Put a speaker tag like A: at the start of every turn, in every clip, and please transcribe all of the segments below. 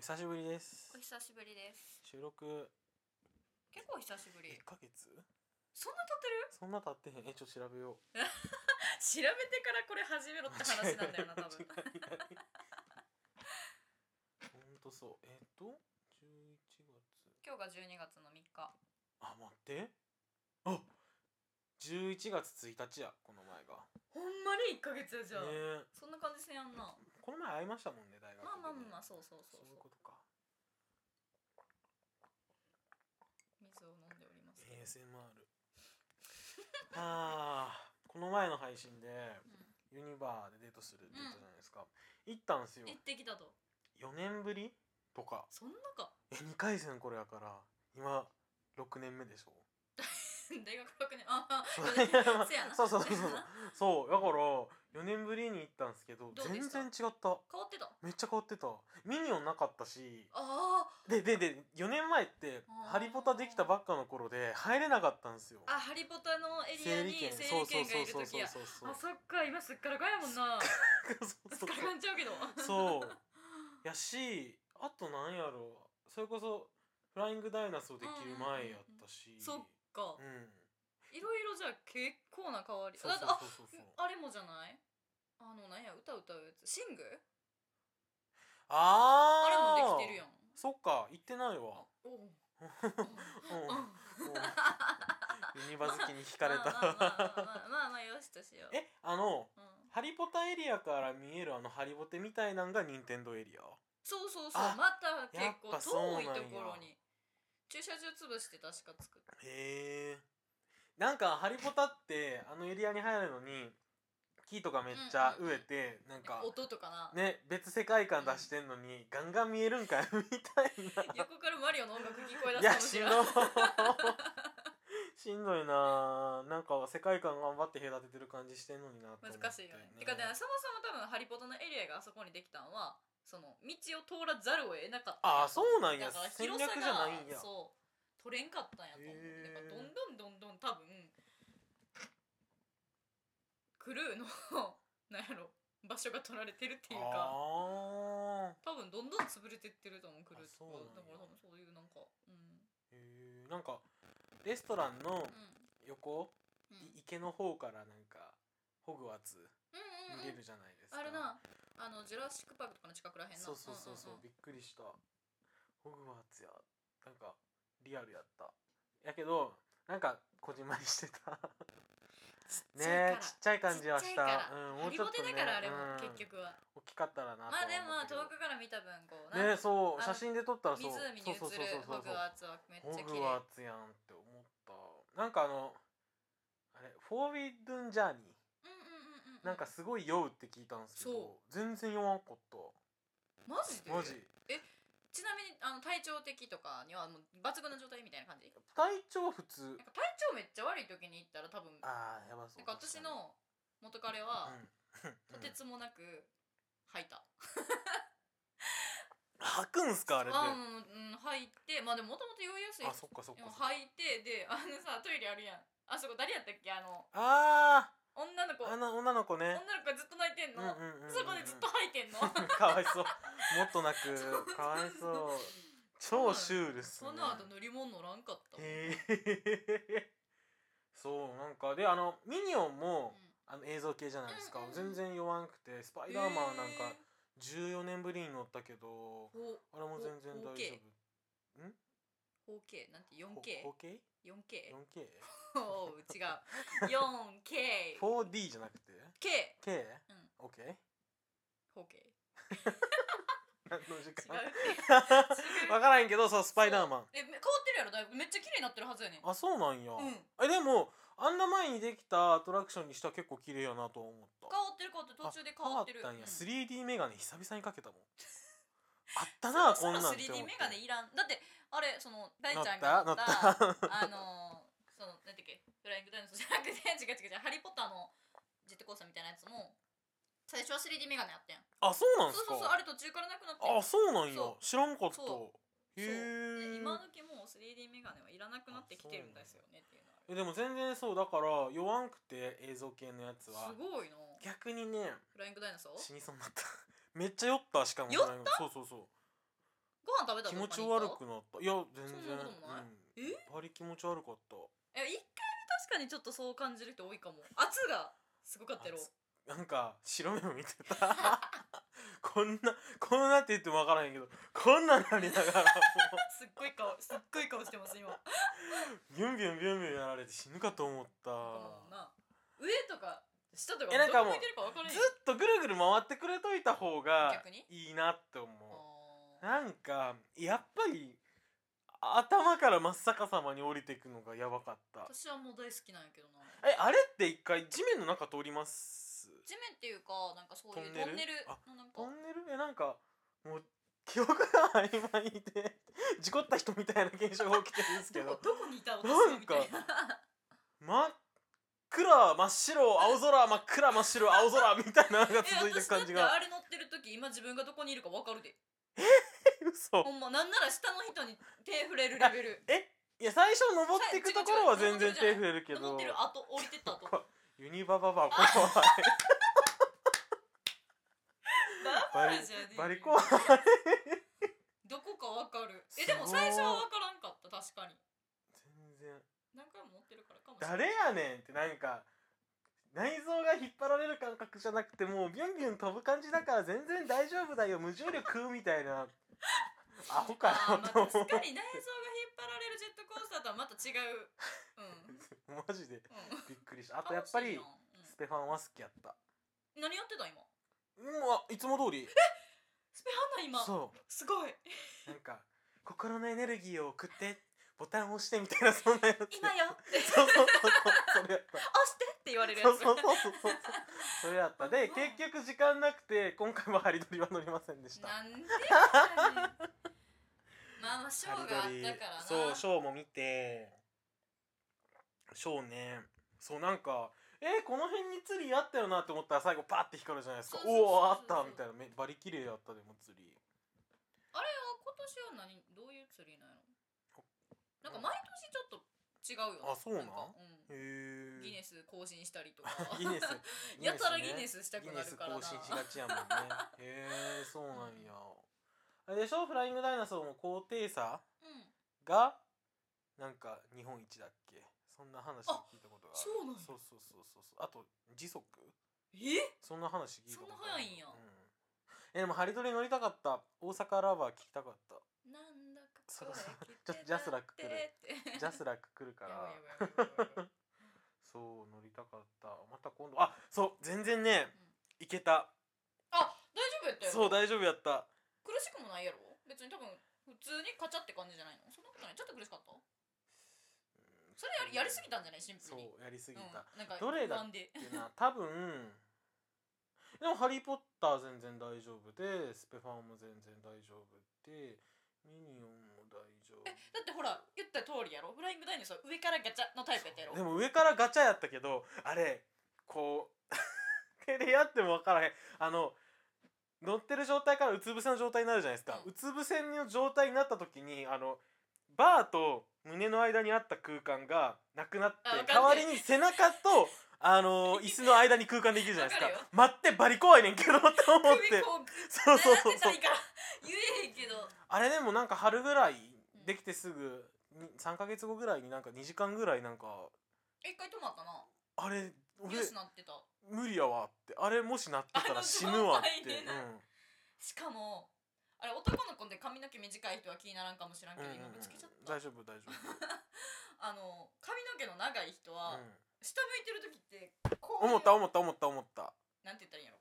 A: 久しぶりです
B: お久しぶりです
A: 収録
B: 結構久しぶり
A: 1ヶ月
B: そんな経ってる
A: そんな経ってへんえちょっと調べよう
B: 調べてからこれ始めろって話なんだ よな多分
A: 間違いないほんとそうえっと11月
B: 今日が12月の3日
A: あ待ってあ11月1日やこの前が
B: ほんまに1ヶ月やじ
A: ねえ
B: そんな感じせやんなま
A: この前会いましたもんね大学でね
B: あまあまあまあそうそうそう
A: そういう
B: そ
A: ことか
B: う水を飲んでおりますけど
A: ASMR あーこの前の配信で
B: う
A: ユニバーでデートするって言ったじゃないですか、行ったんすよ
B: ん行ってきたと
A: 4年ぶりとか
B: そんなか
A: え2回戦これやから今6年目で しょ
B: 大学6年ああ
A: そう
B: せやな
A: そうそうそう
B: せやな
A: そうだから4年ぶりに行ったんですけど
B: どうで
A: 全
B: した
A: 然違った
B: 変わってたあ
A: めっちゃ変わってたミニオンなかったし
B: あ
A: ででで4年前って「
B: あー
A: ハリポタ」できたばっかの頃で入れなかったんですよ
B: あハリポタのエリア
A: 整
B: に
A: 理
B: 整
A: 券
B: 理
A: そうそう
B: 券が
A: そ
B: いうる
A: そう
B: 時
A: そう
B: や
A: そうそう
B: あそっか今すっからかんやもん なすっからかんちゃうけど
A: そうやしあとなんやろそれこそフライングダイナソーできる前やったし
B: そっか
A: うん
B: いろいろじゃあ結構な変わり
A: そうそう
B: だって
A: そうそうそう
B: ああれもじゃないあのなんや歌歌うやつシング
A: あ
B: あ
A: ー
B: れもできてるやん
A: そっか行ってない
B: あ
A: わ
B: おう
A: うん
B: うん
A: うんユニバ好きに惹かれ
B: まあまあまあ
A: た
B: まあまあまあよしとしよ う
A: えあの
B: うん
A: ハリポタエリアから見えるあのハリボテみたいなんが任天堂エリア
B: そうそうそう
A: あ
B: また
A: やっ
B: 結構
A: ぱそうな
B: 遠
A: ん
B: い
A: や
B: ところに駐車場潰して確か作った
A: へえんかハリポタってあのエリアに入るのに木とかめっちゃ植えてなんか
B: 音とかな、
A: ね別世界観出してんのにガンガン見えるんかい みたいな
B: 横からマリオの音楽聞こ え出
A: い
B: すか
A: や
B: もし
A: し
B: れ
A: ん
B: な
A: ど
B: い
A: いしんどいななんか世界観頑張って隔ててる感じしてんのになと思って
B: 難しいよねてかねそもそも多分ハリポタのエリアがあそこにできたんはその道を通らざるを得なかった
A: あーそうなんや
B: だから
A: 戦
B: 広さ
A: 略
B: が
A: じゃないんや
B: そう取れんかったんやと思
A: へ
B: う
A: ー
B: だからどんどんどんどん多分クルーのなんやろ場所が取られてるっていうか
A: あ
B: 多分どんどん潰れてってると思うクルーと
A: あそうなんや
B: かだから多分そういうなんかうん
A: ーへーなんかレストランの横、
B: うんうん
A: い池の方からなんかホグワーツ
B: うんうん
A: 見
B: う
A: れ
B: ん
A: るじゃないですか、
B: あるなあのジュラシック・パークとかの近くらへんな
A: そうそうそうそう,、
B: んんん
A: びっくりしたホグワーツやなんかリアルやったやけどなんかこじんまりしてたね
B: ちゃいから
A: えちっちゃい感じは
B: ちっ
A: し
B: ちゃいか
A: た
B: ら
A: うんも
B: ハ
A: う
B: リ
A: ちょ
B: ボ
A: っ
B: テ
A: とね
B: だからあれも
A: うん
B: 結局は
A: 大きかったらなと
B: まあで
A: は思った
B: も
A: けど
B: 遠くから見た分こう
A: ね
B: なん
A: え
B: か
A: そう
B: あ
A: 写
B: の
A: 真で撮ったらそう
B: 湖に映る
A: そうそうそう
B: ホ
A: そう
B: グ
A: そう
B: ワーツはめっち
A: ホ
B: ゃ綺
A: グワー
B: 麗
A: ツやんって思ったなんかあのあれ「フォービッドゥンジャーニー」
B: うんうんうんうん
A: なんかすごい酔うって聞いたんですけど
B: そ
A: 全然酔わんかった
B: マジで
A: マジ
B: ちなみにあの体調的とかにはもう抜群の状態みたいな感じ
A: 体調普通
B: なんか体調めっちゃ悪い時に行ったら多分なんか
A: あーやばそう
B: 私の元彼
A: 確
B: は
A: かにうん
B: とてつもなく吐いた、
A: うん 吐くんすかあれ
B: あ
A: っ
B: もう、うん、吐いてまあでももともと酔いやすい
A: てあそっかそっ
B: で
A: か
B: も
A: そっか
B: 吐いてであのさトイレあるやんあそこ誰やったっけあの
A: あ
B: 女の子
A: ーあ
B: 女の
A: の女の子ね
B: 子がずっと泣いてんの、
A: うんうんうんうん
B: そこでずっと吐いてんの
A: かわいそうもっと泣 くかわいそう超シュールっすね
B: その後乗り物乗らんかったもん
A: へえそうなんかであのミニオン
B: う
A: も
B: ん
A: あの映像系じゃないですか
B: うんうんうん
A: 全然弱くてスパイダーマンなんか14年ぶりに乗ったけど
B: へー
A: あれも全然大丈夫
B: 4K ほ 4K なんて 4K4K
A: ほ 4K?
B: おう違う 4K4K
A: 4K?4D じゃなくて K?
B: うん
A: OK?
B: 4K
A: 何の時間
B: 違う 違う
A: 分からへんけどそうスパイダーマン
B: えめ変わってるやろだいぶめっちゃ綺麗になってるはずやねん
A: あそうなんや、
B: うん
A: えでもあんな前にできたアトラクションにしたら結構綺麗やなとは思った
B: 変わってる変わってる途中で変わってる
A: あ変わったんや、
B: うん
A: 3D メガネ久々にかけた もんあったなこ
B: そ
A: ん
B: ろ
A: なん
B: そ
A: っ
B: ろ
A: て思っ
B: 3D
A: て
B: メガネいらんだってあれその大ちゃん
A: 乗
B: が
A: った
B: 乗
A: 乗
B: っ
A: ったた
B: あのー、そのなんだっけフライングダイノソーじゃなくて違う違う違うハリー・ポッターのジェットコースターみたいなやつも最初は 3D メガネやったやん
A: あそうなん
B: そう
A: すか
B: そうそうあれ途中からなくなってん
A: あそうなんや
B: そ
A: 知らんかった
B: そ
A: へ
B: で
A: え
B: 今時もう 3D メガネはいらなくなってきてるんですよねっていうのはある
A: えでも全然そうだから弱んくて映像系のやつは
B: すごいな
A: 逆にね
B: フライングダイナソ ー
A: 死にそうになっためっちゃ酔ったしかも
B: 酔った
A: フライングそうそうそう
B: ご飯食べた
A: 気
B: の
A: 持ち悪くなったいや全
B: そん
A: 然
B: なこともない
A: うん、やっぱり気持ち悪かった
B: え一回目確かにちょっとそう感じる人多いかも圧がすごかったやろ
A: 圧なんか白目を見てた こんなこんなって言っても分からへんけどこんなんなりながらも
B: すっごい顔すっごい顔してます今
A: うビュンビュンビュンビュンやられて死ぬかと思った
B: もうな上とか下とか
A: えなんかもう
B: どこ向いてるか分からへん
A: ずっとぐるぐる回ってくれといた方が
B: 逆に
A: いいなって思う
B: あー
A: なんかやっぱり頭から真っ逆さまに降りていくのがやばかった
B: 私はもう大好きなんやけどな
A: えあれって一回地面の中通ります
B: 地面っていうかなんかそういうト
A: ト
B: ン
A: ン
B: ネ
A: ネ
B: ル
A: ル
B: のなんか
A: トンネルえなんかもう記憶が曖昧で事故った人みたいな現象が起きてるんですけど
B: どこどこにいた私
A: な
B: は
A: ん
B: み
A: か
B: たいな
A: 真っ暗真っ白青空真っ暗真っ白青空みたいなのが
B: え
A: 続いてる
B: 私だっ
A: 感じ
B: て
A: が
B: あれ乗ってる時今自分がどこにいるか分かるで
A: 嘘
B: ほんまなんなら下の人に手触れるレベル
A: えいや最初登っていくところは全然手触れるけ
B: 登
A: ど
B: ってる後降りてった後
A: ユニバババア怖い
B: ババアじゃねえ
A: バリ怖い
B: どこか分かる
A: す
B: えで
A: ご
B: も
A: い
B: 最初は分からんかった確かに
A: 全然
B: 何回も乗ってるからかもしれない
A: 誰やねんってなんか内臓が引っ張られる感覚じゃなくてもうビュンビュン飛ぶ感じだから全然大丈夫だよ無重力みたい なアホか
B: あー
A: な
B: まあ
A: と思う
B: 確かに内臓が引っ張られるジェットコースターとはまた違ううん、うん、
A: マジでびっくりしたあとやっ
B: 楽し
A: ぱ
B: い
A: り
B: やんうん
A: ステファンは好きやった
B: 何やってた今
A: うんあいつも通り
B: スペハンナ今
A: そ
B: すごいう
A: なんか心のエネルギーを送ってボタンを押してみたいなそんなやつ
B: 今よ って押して
A: そうそうそうそうそれや った
B: って言われるや
A: そう
B: つ
A: そうそうそうそうそれやったで結局時間なくて今回もハリドリは乗りませんでした
B: なんでやねんまあまあショーがあ
A: ハリド
B: っ
A: リ
B: たからな
A: そうショーも見てショーねそうなんかえーこの辺に釣りあったよなって思ったら最後パーって光るじゃないですか
B: そうそうそうそう
A: おおーあったみたいなめバリ綺麗やったでも釣り
B: あれは今年は何どういう釣りなのなんか毎年ちょっと違うよ
A: あそうなん
B: か
A: へ
B: うん
A: え
B: ギネス更新したりとか
A: ギネス
B: やたらギ
A: ね
B: ネスしたく
A: ギ
B: な
A: ネ
B: る
A: ス
B: か
A: 更
B: らな
A: 新しがちやもんねへえそうなんやあれでしょフライングダイナソーも高低差
B: うん
A: がなんか日本一だっけそんな話聞いたことがある
B: そうなんや
A: そうそうそうそうそうあと時速
B: え
A: そんな話聞いたことある
B: そんな早いんや
A: うえでもハリドリ乗りたかった大阪ラバー聞きたかっ
B: なんだか
A: そう
B: これ
A: そう
B: 来てたって
A: ジャスラック来る
B: って
A: たジャスラック来るか
B: や
A: ら
B: ばいやばいやばいやばい
A: そう乗りたかったまた今度あそう全然ね
B: うん
A: 行けた
B: あ大丈夫やったよ
A: そう大丈夫やった
B: 苦しくもないやろ別に多分普通にカチャって感じじゃないのそんなことないちょっと苦しかったそれやりやりすぎたんじゃないシンプルに
A: そうやりすぎ
B: うん、
A: た
B: なんか
A: どれだ
B: 不安で
A: ってな多分でも「ハリー・ポッター」全然大丈夫でスペファンも全然大丈夫でミニオンも大丈夫
B: えだってほら言った通りやろフライングダイナソーは上からガチャのタイプやったやろ
A: でも上からガチャやったけどあれこう 手でやっても分からへんあの乗ってる状態からうつ伏せの状態になるじゃないですか、
B: う
A: うんつ伏せの状態になった時にあのバーと胸の間にあった空間がなくなって
B: あわかんない
A: 代わりに背中とあ の椅子の間に空間できるじゃないですか
B: わかるよ
A: 待ってバリ怖いねんけどって思っ
B: 首
A: て
B: こう
A: そうそうそう
B: なって
A: そ
B: た
A: う
B: らいいから言えへんけど
A: あれでもなんか春ぐらいできてすぐに3ヶ月後ぐらいになんか2時間ぐらいなんか
B: 一回止まったな
A: あれ
B: ニ
A: 俺
B: ュースなってた
A: 無理やわってあれもしなってたら死ぬわって、
B: あの状態しかもあれ男の子で髪の毛短い人は気にならんかもしらん
A: う
B: け
A: ん
B: ど、
A: うんうん
B: 今ぶつけちゃった
A: 大丈夫大丈
B: あの髪の毛の長い人
A: 夫、
B: は、下向いてる時ってこ
A: うん、
B: ういう
A: 思った思った思った思った
B: なんて言ったらいいんやろ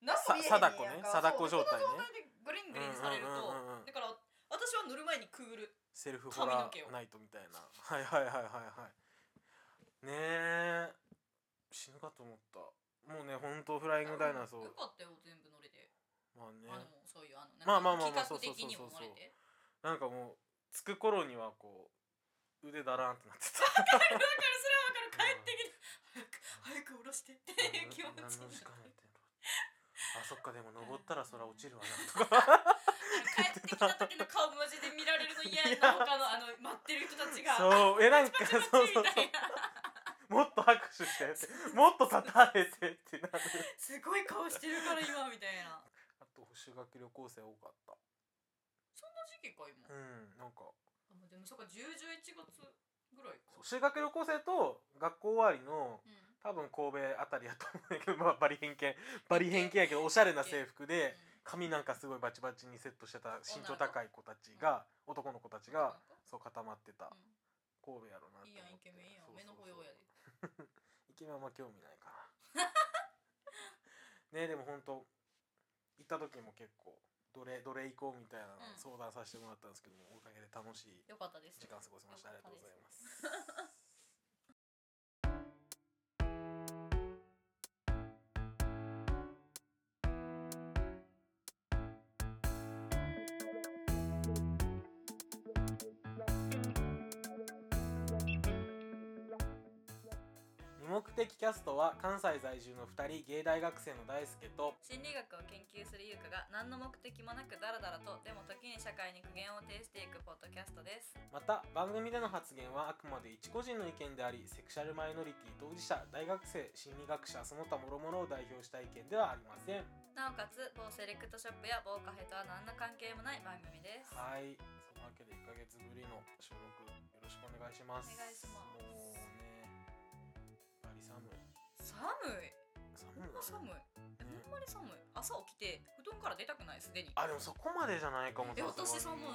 B: なん
A: さ
B: も見えへん
A: 貞子
B: やん
A: ね
B: か
A: 貞子状態ね
B: そうこの状態でグリングリンされると、
A: うんうんうんうんうん
B: だから私は塗る前にくぐる
A: セルフホラ
B: 髪の毛を
A: ーナイトみたいなはいはいはいはいはいねえ死ぬかと思ったもうね本当フライングダイナソー
B: よかったよ全部乗れて、
A: まあね
B: あのそういうあの
A: まあまあ
B: なん
A: まあまあ
B: か企画的にも乗れて
A: なんかもう着く頃にはこう腕だらんってなって
B: だからそれは分かる帰ってきて早く早く下ろしてって
A: た
B: いう気持
A: 何
B: ち
A: の
B: に
A: 時間
B: な
A: や
B: っ
A: っててんのあそっかでも登ったら空落ちるわなと か
B: 帰ってきた時の顔マジで見られるの嫌やな他のあの待ってる人たちが う
A: そうえなんかそう
B: み
A: そうそう
B: たいな
A: もっと拍手してってもっと立たれてってなる
B: すごい顔してるから今みたいな
A: あと修学旅行生多かった
B: そんな時時期か今、あ
A: うんなんか
B: もうでもそっか1011月ぐらいか
A: そう修学旅行生と学校終わりの
B: うん
A: 多分神戸あたりやと思うんだけど、まあ、バリ偏見バリ偏見やけどおしゃれな制服で髪なんかすごいバチバチにセットしてた身長高い子たちが男の子たちがそう固まってた
B: う
A: 神戸やろうなと
B: ん、いい
A: 思
B: や
A: っ
B: んイ
A: て
B: ケメンいいやん
A: そう
B: 目
A: そ
B: の
A: う
B: 保
A: そう
B: 養やで
A: イケメンはあんま興味ないかな ねえでも本当行った時も結構どれどれ行こうみたいなの
B: うん
A: 相談させてもらったんですけども、おかげで楽しい
B: よかったです
A: 時間過ごせましたありがとうございます二目的キャストは関西在住の2人芸大学生の大輔と
B: 心理学を研究する優香が何の目的もなくダラダラとでも時に社会に苦言を呈していくポッドキャストです
A: また番組での発言はあくまで一個人の意見でありセクシャルマイノリティ当事者大学生心理学者その他諸々を代表した意見ではありません
B: なおかつ某セレクトショップや某カフェとは何の関係もない番組です
A: はいそのわけで1ヶ月ぶりの収録よろしくお願いします
B: お願いします
A: もうねやっぱり寒い寒い
B: 寒いほんま
A: よね
B: 寒いえほんまに寒い朝起きて布団から出たくないすでに
A: あでもそこまでじゃないかも
B: え
A: さ
B: 私
A: すが
B: 寒い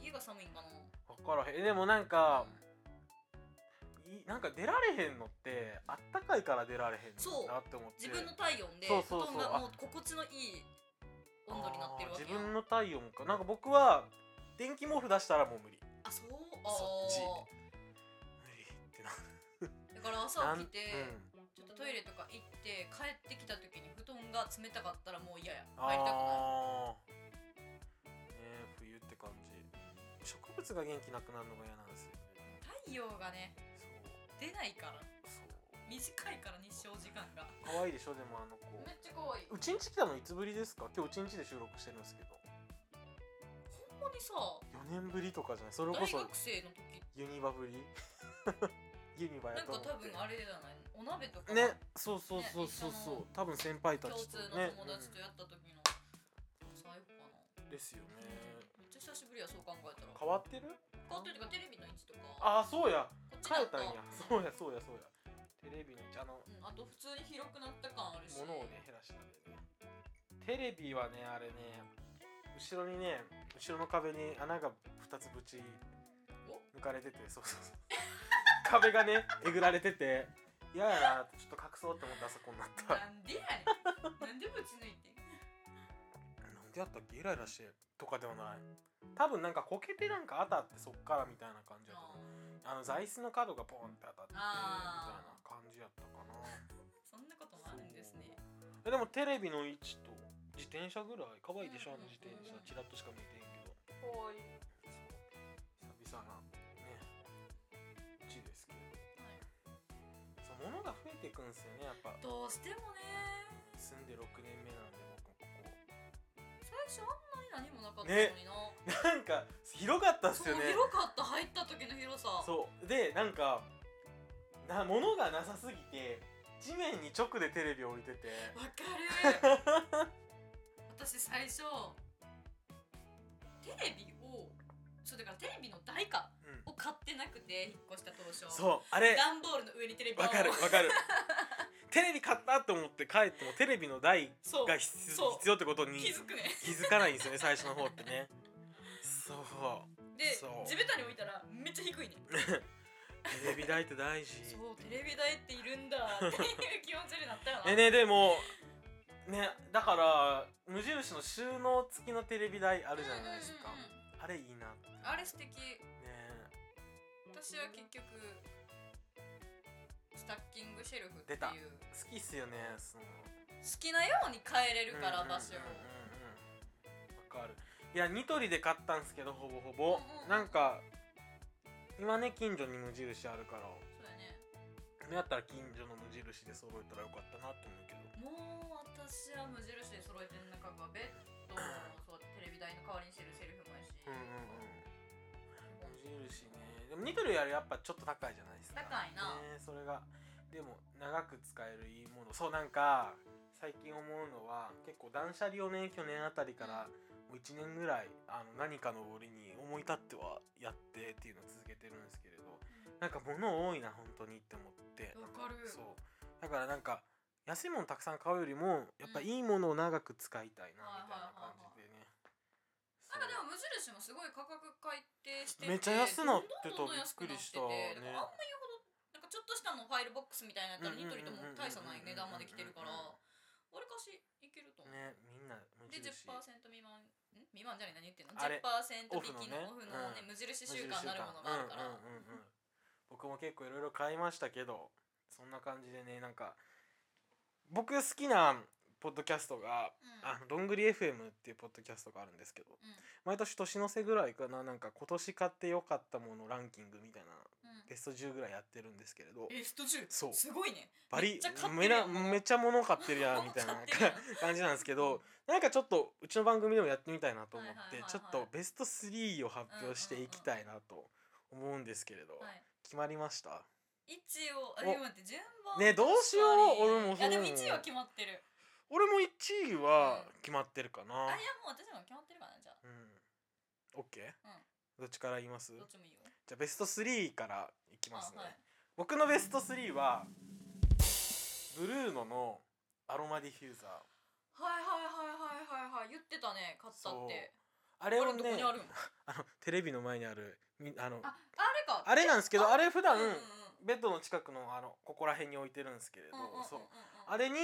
A: に
B: え家が寒いんかな
A: 分からへんえでもなんか
B: うん
A: いなんか出られへんのってあったかいから出られへん
B: そう
A: なって思って
B: 自分の体温で
A: そう
B: 布
A: そうそう
B: 団がもう心地のいい温度になってるわけ
A: あー自分
B: や
A: の体温かなんか僕は電気毛布出したらもう無理
B: あそう
A: そっち
B: あ
A: 無理ってな
B: ーだから朝
A: なん
B: 起きて
A: う
B: ちょっとトイレとか行って帰ってきた時に布団が冷たかったらもう嫌や
A: ん、
B: 入りたくない
A: あーねえ冬って感じ植物が元気なくなるのが嫌なんですよね
B: 太陽がね
A: そう
B: 出ないから
A: そう
B: 短いから日照時間が
A: 可愛いでしょでもあの子
B: めっちゃ可愛いう
A: ちんち来たのいつぶりですか今日うちんちで収録してるんですけど
B: ほんまにさ
A: 4年ぶりとかじゃないそれ
B: 大
A: こそ
B: 学生の時
A: ユニバぶり ユニバや
B: なん
A: と思
B: か
A: って
B: 多分あれじゃないお鍋とか
A: ねそうそうそうそうそう
B: ね一緒の
A: 多分先輩た
B: 共
A: ち
B: 通
A: と
B: の
A: ね
B: 友達とやった時の最後かな
A: うんですよね
B: めっちゃ久しぶりやそう考えたら
A: 変わってる
B: 変わってるとかテレビの位置とか
A: ああそうや
B: こっ
A: 変
B: ち
A: え
B: だった
A: たんやそうやそうやそうやテレビにあの
B: うんあと普通に広くなった感あるし
A: 物をね減らしたんでねテレビはねあれね後ろにね後ろの壁に穴が2つぶち抜かれててそうそう そう壁がねえぐられてて嫌やなってちょっと隠そうって思ってあそこになったな
B: なんでやねんなんでぶち抜いてん
A: んでやったっけイライラしてとかではない多分なんかこけてなんか当たってそっからみたいな感じやった
B: あ
A: あの座椅子の角がポンって当たってみたい
B: あー
A: な感じやったかな
B: ーそんなこともあるんですね
A: えでもテレビの位置と自転車ぐらい可愛いでしょ、
B: うん
A: あの自転車
B: うん
A: チラッとしか見えてへんけど
B: かわいい、はい、
A: 久々なねうちですけどそう物が増えていくんですよねやっぱ
B: どうしてもね
A: 住んで6年目なんで僕も
B: 最初あんなに何もなかったのにな、
A: ここなんか広かったっす
B: そう
A: よね
B: 広かった入った時の広さ
A: そうでなんかな物がなさすぎて地面に直でテレビ置いてて
B: わかる 私最初テレビをそうだからテレビの台か
A: うん
B: を買ってなくて引っ越した当初
A: そうあれ
B: 段ボールの上にテレビを
A: わかるわかるテレビ買ったと思って帰ってもテレビの台
B: そう
A: が必
B: そう
A: 必要ってことに
B: 気づくね
A: 気づかないんですよね最初の方ってねそう
B: で
A: そう
B: 地べたに置いたらめっちゃ低いね
A: テレビ台って大事
B: そうテレビ台っているんだっていう気持ちになったよな
A: えねでもねだから無印の収納付きのテレビ台あ
B: あ
A: るじゃないですか、あれいいなね
B: あれ素敵
A: え
B: 私は結局スタッキングシェルフって
A: 出
B: いう
A: た好きっすよねその
B: 好きなように変えれるから
A: うんうんうんうん
B: 私を
A: わかるいやニトリで買ったんですけどほぼほぼ、
B: うんうんうん
A: なんか今ね近所に無印あるから
B: そうだね
A: だったら近所の無印で揃えたらよかったなって思うけど
B: もう私は無印で揃えてる中がベッドもそうテレビ台の代わりにしてるセリフもやし、
A: うんうんうん無印ねでもニトリよりやっぱちょっと高いじゃないですか
B: 高いな
A: ね、それがでも長く使えるいいものそうなんか最近思うのは結構断捨離をね去年あたりからう1年ぐらいあの何かの折に思い立ってはやってっていうのを続けてるんですけれどなんか物多いな本当にって思って
B: わかる
A: そうだからなんか安いものたくさん買うよりもやっぱいいものを長く使いたいなみたいな感じでね
B: なんかでも無印もすごい価格改定してて
A: めっちゃ安なってた
B: どんどんどんどん安くなってて
A: びっくりしたね
B: だからあんま言うほどなんかちょっとしたのファイルボックスみたいなやったら
A: うん
B: ニ
A: うん
B: ト
A: うん
B: リとも大差ない値段まで来てるから
A: うんうんうん
B: わりかしいけると
A: そう
B: 思う、
A: ねみんな無
B: で10%
A: 印
B: 未満ん未満じゃない何言ってんの
A: あれ
B: ?10% 引
A: オフの
B: き
A: ね
B: のオフのね、
A: うん
B: 無印習慣なるものがあるから、
A: うんうんうんうん、僕も結構いろいろ買いましたけどそんな感じでねなんか僕好きなポッドキャストが
B: うん
A: あのどんぐり FM っていうポッドキャストがあるんですけど毎年年の瀬ぐらいかななんか今年買って良かったものランキングみたいな
B: うんうん
A: ベスト10ぐらいやってるんですけれど
B: えスト10
A: そう
B: すごいね
A: バリ
B: めっちゃ買って
A: め
B: る
A: な
B: やん
A: めっちゃ物買ってる やんみたいな
B: 物買ってるやん
A: 感じなんですけどなんかちょっとうちの番組でもやってみたいなと思って、
B: はいはいはいはい
A: ちょっとベスト3を発表していきたいなと思うんですけれど、
B: はい
A: 決まりました
B: 一応あ
A: お
B: でも待って順番
A: ねどうしよう俺も
B: いやでも
A: そう
B: 1位は決まってる
A: 俺も1位は決まってるか
B: あ
A: な、
B: いやもう私も決まってるからじゃあ
A: うん、OK、
B: うん
A: どっちから言います
B: どっちもいいよ
A: じゃあベスト3からいきますね、
B: あはい
A: 僕のベスト3はブルーノのアロマディフューザー
B: はいはいはいはいはいはい言ってたね買ったって
A: あ
B: あ
A: れ
B: れ
A: を
B: どこ
A: ね
B: にあるん
A: あのテレビの前にあるみあの
B: ああれか
A: あれなんですけどあれ普段
B: うんうんうん
A: ベッドの近くのあのここら辺に置いてるんですけれど、
B: うんうんうんうん
A: そうあれに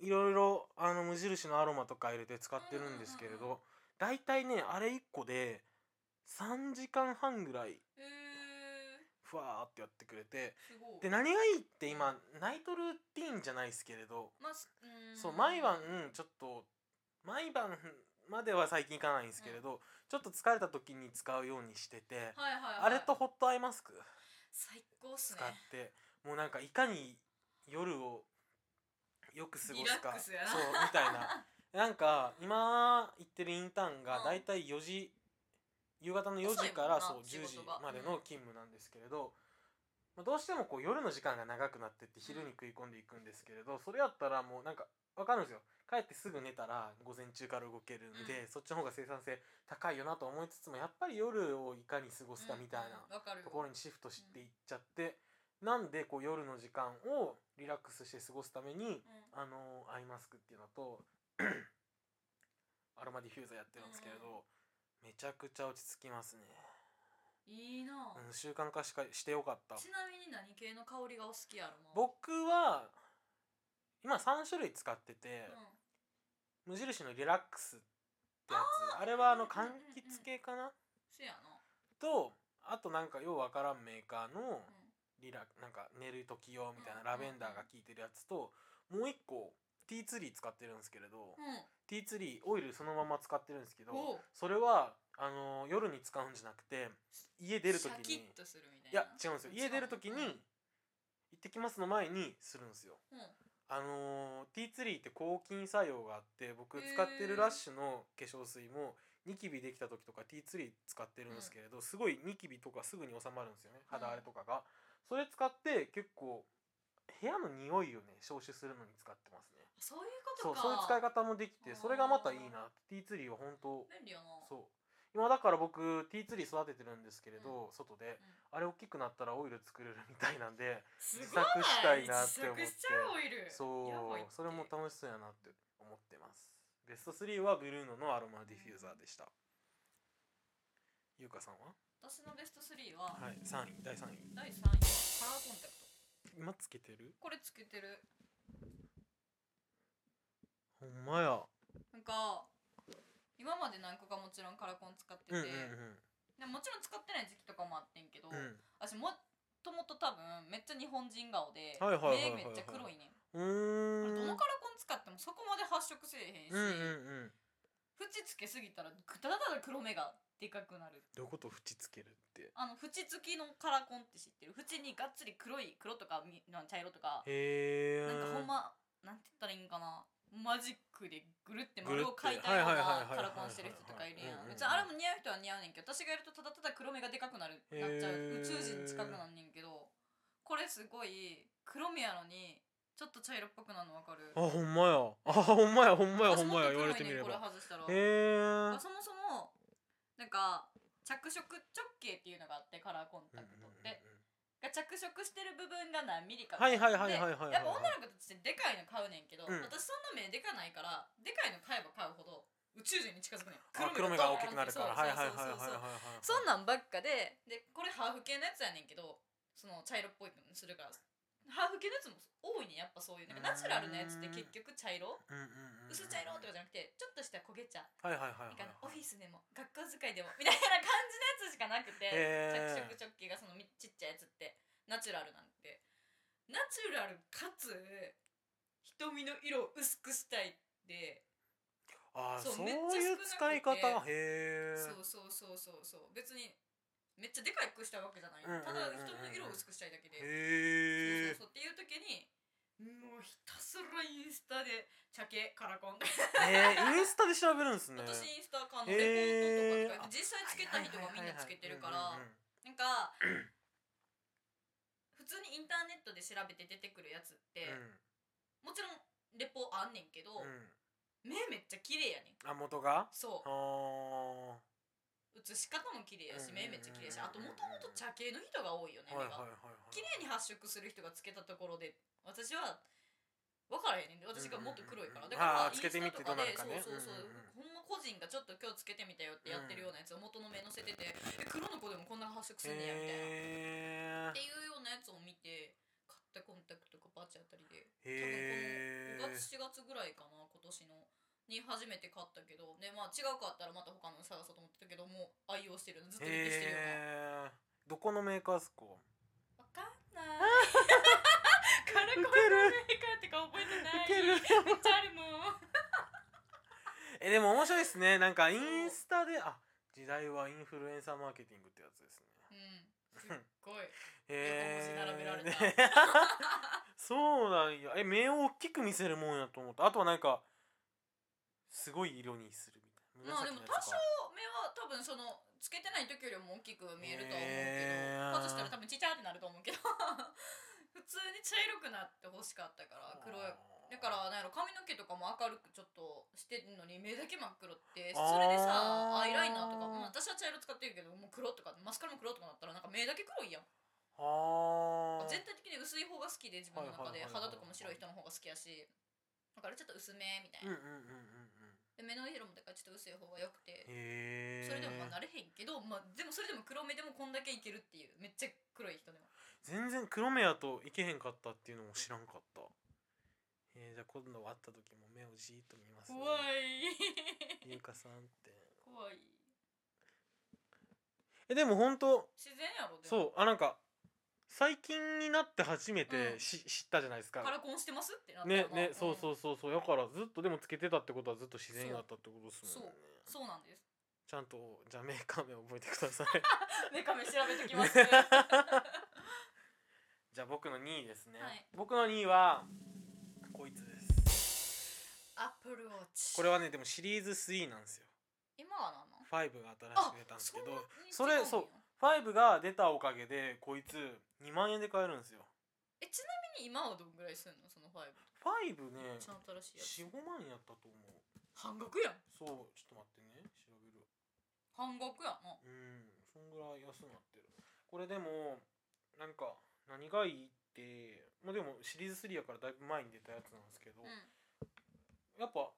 A: いろいろあの無印のアロマとか入れて使ってるんですけれ
B: うんうんうん
A: ど大体、ねあれ1個で3時間半ぐらい
B: へえ
A: ふわーってやってくれて
B: すごい
A: で何がいいって今ナイトルーティーンじゃないですけれど、
B: まあすうーん
A: そう毎晩ちょっと毎晩までは最近行かないんですけれど、ちょっと疲れた時に使うようにしてて、
B: はいはいはい
A: あれとホットアイマスク
B: 最高っす
A: 使
B: ね
A: って、もうなんかいかに夜をよく過ごす
B: リラッ
A: か
B: ク
A: そ
B: ス
A: う
B: やな
A: みたい ななんか今行ってるインターンが
B: うん
A: だいたい4時、夕方の4
B: 遅い
A: 時か
B: もんな
A: らそう
B: 仕
A: 10時
B: 事が
A: までの勤務なんですけれど、まあどうしてもこう夜の時間が長くなってって昼に食い込んでいくんですけれどそれやったらもうなんかわかるんですよ帰ってすぐ寝たら午前中から動けるんで、
B: うん
A: そっちの方が生産性高いよなと思いつつもやっぱり夜をいかに過ごすかみたいな、
B: うんうんわかる
A: ところにシフトしていっちゃって、なんでこう夜の時間をリラックスして過ごすために、
B: うん
A: あのーアイマスクっていうのと アロマディフューザーやってるんですけれど、めちゃくちゃ落ち着きますね、
B: いいなぁ
A: うん、習慣化しかしてよかった
B: ちなみに何系の香りがお好きやろ
A: 僕は今3種類使ってて、無印のリラックスってやつあれはあの柑橘系かな、
B: せやな
A: とあとなんかようわからんメーカーの、
B: うん
A: リラなんか寝る時用みたいなラ
B: うんうんうん
A: ベンダーが効いてるやつともう一個ティーツリー使ってるんですけれど
B: うん
A: ティーツリーオイルそのまま使ってるんですけど
B: おう
A: それはあのー夜に使うんじゃなくて家出る時
B: シャキ
A: にい
B: ッとするみたいな
A: や違うんですよ家出る時に
B: うん
A: 「行ってきます」の前にするんですよ。
B: うん
A: あのー、ティーツリーって抗菌作用があって僕使ってるラッシュの化粧水もニキビできた時とかティーツリー使ってるんですけれど、すごいニキビとかすぐに収まるんですよね肌荒れとかが、それ使って結構部屋の匂いをね消臭するのに使ってますね
B: そういうこと
A: そう
B: か
A: そういう使い方もできてそれがまたいい
B: あ
A: なティーツリーは本当
B: 便利やな
A: そう今だから僕ティーツリー育ててるんですけれど、外であれ大きくなったらオイル作れるみたいなんで
B: す
A: 自
B: ごい
A: 作したいなって思って
B: 自作しちゃうオイル
A: そう
B: やばいって
A: それも楽しそうやなって思ってますベスト3はブルーノのアロマディフューザーでした、ゆうかさんは
B: 私のベスト3は、
A: はい3位第3位
B: 第3位はカラーコンタクト
A: 今つけてる
B: これつけてる
A: ほんまや
B: なんか今まで何個かもちろんカラコン使ってて、
A: うんうんうん
B: でももちろん使ってない時期とかもあってんけ
A: う
B: ど、
A: ん
B: 私もともと多分めっちゃ日本人顔で
A: はいはいはいはいはい
B: 目めっちゃ黒いねん
A: うーん
B: どのカラコン使ってもそこまで発色せえへんし、
A: うんうんうん
B: 縁つけすぎたらただただ黒目がでかくなる
A: どういうこと縁つけるって
B: あの縁付きのカラコンって知ってる縁にがっつり黒い黒とかみなん茶色とか
A: へえ
B: なんかほんまなんて言ったらいいんかなマジックでぐるって
A: ぐる
B: 丸
A: って
B: を描いたよう
A: はいはいはいはい
B: なカラコンしてる人とかいるや
A: うんうんうん
B: ん別にあれも似合う人は似合うねんけど私がやるとただただ黒目がでかくなるなっちゃう
A: へー
B: 宇宙人近くなんねんけどこれすごい黒目やのにちょっと茶色っぽくなるのわかる
A: あほんまやあほんまやほんまやほ
B: 私
A: ん
B: も
A: ま
B: っ
A: や
B: と
A: 言われ
B: 黒い
A: てみ
B: ね
A: れ
B: んこれ
A: ば
B: 外したら
A: へえ
B: そもそもか着色直径っていうのがあってカラーコンタクトって、が着色してる部分が何ミリか
A: はいはい
B: で
A: はいはいはいはい
B: やっぱ女の子たちってでかいの買うねんけ
A: う
B: ど、
A: ん
B: 私そんな目でかないからでかいの買えば買うほど宇宙人に近づくねん
A: あ黒目が大きくなるからはいはいはいはい
B: そうそうそうそ
A: はいはい
B: うそんなんばっかででこれハーフ系のやつやねんけどその茶色っぽいのにするからハーフ系のやつも多いねんやっぱそういうなんかナチュラルなやつって結局茶色
A: うんうんうんうん
B: 薄茶色とかじゃなくてちょっとした焦げ茶
A: はいはいはいはい
B: なんかオフィスでも学校使いでもみたいな感じのやつしかなくて
A: へー
B: 着色直径がそのみちっちゃいやつってナチュラルなんでナチュラルかつ瞳の色を薄くしたいって
A: ああ
B: そう
A: そう
B: めっちゃ
A: いう使い方
B: 少なく
A: へえ
B: そうそうそうそうそう別にめっちゃでかいくしたわけじゃない、
A: うんうんうんうん
B: ただ瞳の色を薄くしたいだけで、
A: へえ
B: そうそうそうっていう時にもうひたすらインスタで茶系カラコンで、
A: えーインスタで調べるんですね
B: 私インスタかのレポー
A: へー
B: トとかとか実際つけた人がみんなつけてるから
A: うんうんうん
B: なんか普通にインターネットで調べて出てくるやつって、もちろんレポあんねんけど、
A: うんうん
B: 目めっちゃ綺麗やねん
A: あ元が
B: そ
A: あー
B: う写し方も綺麗やし
A: うん
B: 目めっちゃ綺麗やしあと
A: うん
B: もともと茶系の人が多いよね
A: はいはい
B: 目
A: はい
B: が
A: はい
B: 綺麗に発色する人がつけたところで私は分からへんねんで私がもっと黒いか
A: うん
B: ら
A: う
B: だ
A: んうんあ
B: から
A: ーつけてみてどうなるかね
B: そうそうそう
A: うんうんうん
B: ほんま個人がちょっと今日つけてみたよってやってるようなやつを元の目乗せててえ黒の子でもこんな発色すんねやみ
A: へ
B: たいなっていうようなやつを見て買ったコンタクトがバチあたりで
A: えへ
B: 多分この5月4月ぐらいかな今年のに初めて買ったけどでまあ違うかったらまた他の探そうと思ってたけどもう愛用してるのずっと見てしてるような
A: へえどこのメーカーっすか
B: わかんない。 カラコンのメーカーとか覚えてない。
A: ウケる
B: めっちゃあるもん。
A: えでも面白いですねなんかインスタであ時代はインフルエンサーマーケティングってやつですね
B: うん。すっごい。
A: へえ
B: 横文字並べられた
A: そうなんやえ目を大きく見せるもんやと思ったあとはなんかすごい色にするみたいな
B: まあでも多
A: 紫
B: 少
A: のや
B: 目は多分そのつけてない時よりも大きく見えるとは思う
A: へー
B: けど、外したら多分ちっちゃってなると思うけど、 普通に茶色くなって欲しかったから
A: つか
B: 黒い。だからなんやろ髪の毛とかも明るくちょっとしてんのに目だけ真っ黒ってそれで
A: あ
B: さ
A: ー
B: アイライナーとか、まあ、私は茶色使ってるけどもう黒とかマスカラも黒とかなったらなんか目だけ黒いやん
A: あー
B: 全体的に薄い方が好きで自分の中で
A: はいはいはいはい
B: 肌とかも白い人の方が好きやしだからちょっと薄めみたい
A: うんう
B: な、
A: んうんうんうん
B: で目の色もだからちょっと薄い方が良くて
A: へえ
B: それでもまあ慣れへんけど、まあ、でもそれでも黒目でもこんだけいけるっていうめっちゃ黒い人でも
A: 全然黒目やといけへんかったっていうのも知らんかったえー、じゃあ今度会った時も目をじーっと見ます、
B: 怖い
A: ゆうかさんって
B: 怖い
A: えでもほんと
B: 自然やろでも
A: そうあなんか最近になって初め
B: う
A: て
B: ん
A: し、知ったじゃないですか
B: カラコンしてますってなった
A: ね
B: よな
A: ねそうそううそうそうだからずっとでもつけてたってことはずっと自然だったってことですもんね
B: んそうなんです
A: ちゃんとじゃあメーカー名覚えてくだ さい
B: メカメ調べときます、は
A: じゃあ僕の2位ですね、
B: はい
A: 僕の2位はこいつです
B: い、 アップルウォッチ
A: これはねでもシリーズ3なんですよ
B: 今は何なの
A: 5が新し
B: あ
A: く出たんですけど
B: そんなに違う
A: そ
B: んや
A: れそう5が出たおかげでこいつ2万円で買えるんですよ
B: えちなみに今はどんぐらいするのその5と
A: 5
B: め
A: ね
B: っちゃ新しいやつ
A: 45万やったと思う
B: 半額やん
A: そうちょっと待ってね調べる
B: 半額やな
A: うんそんぐらい安くなってるこれでもなんか何がいいってまあでもシリーズ3やからだいぶ前に出たやつなんですけど、
B: うん
A: やっぱ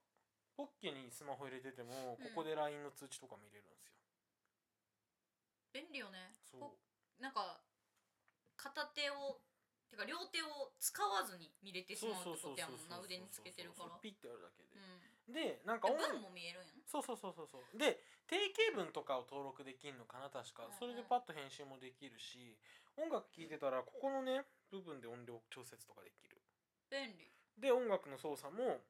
A: ポッケにスマホ入れてても
B: うん
A: ここで LINE の通知とか見れるんですよ、
B: 便利よね
A: そう
B: こなんか片手をてか両手を使わずに見れてし
A: そう
B: まう
A: そう
B: って
A: そうそう
B: ことやもんな
A: そう
B: 腕につけてるから
A: ピッてやるだけで
B: う、ん
A: でなんか
B: で
A: 音
B: 文も見えるんやん
A: そうそうそうそうそうで定型文とかを登録できるのかな確か
B: うんうん
A: それでパッと編集もできるし音楽聴いてたらここのね部分で音量調節とかできる
B: 便利
A: で音楽の操作も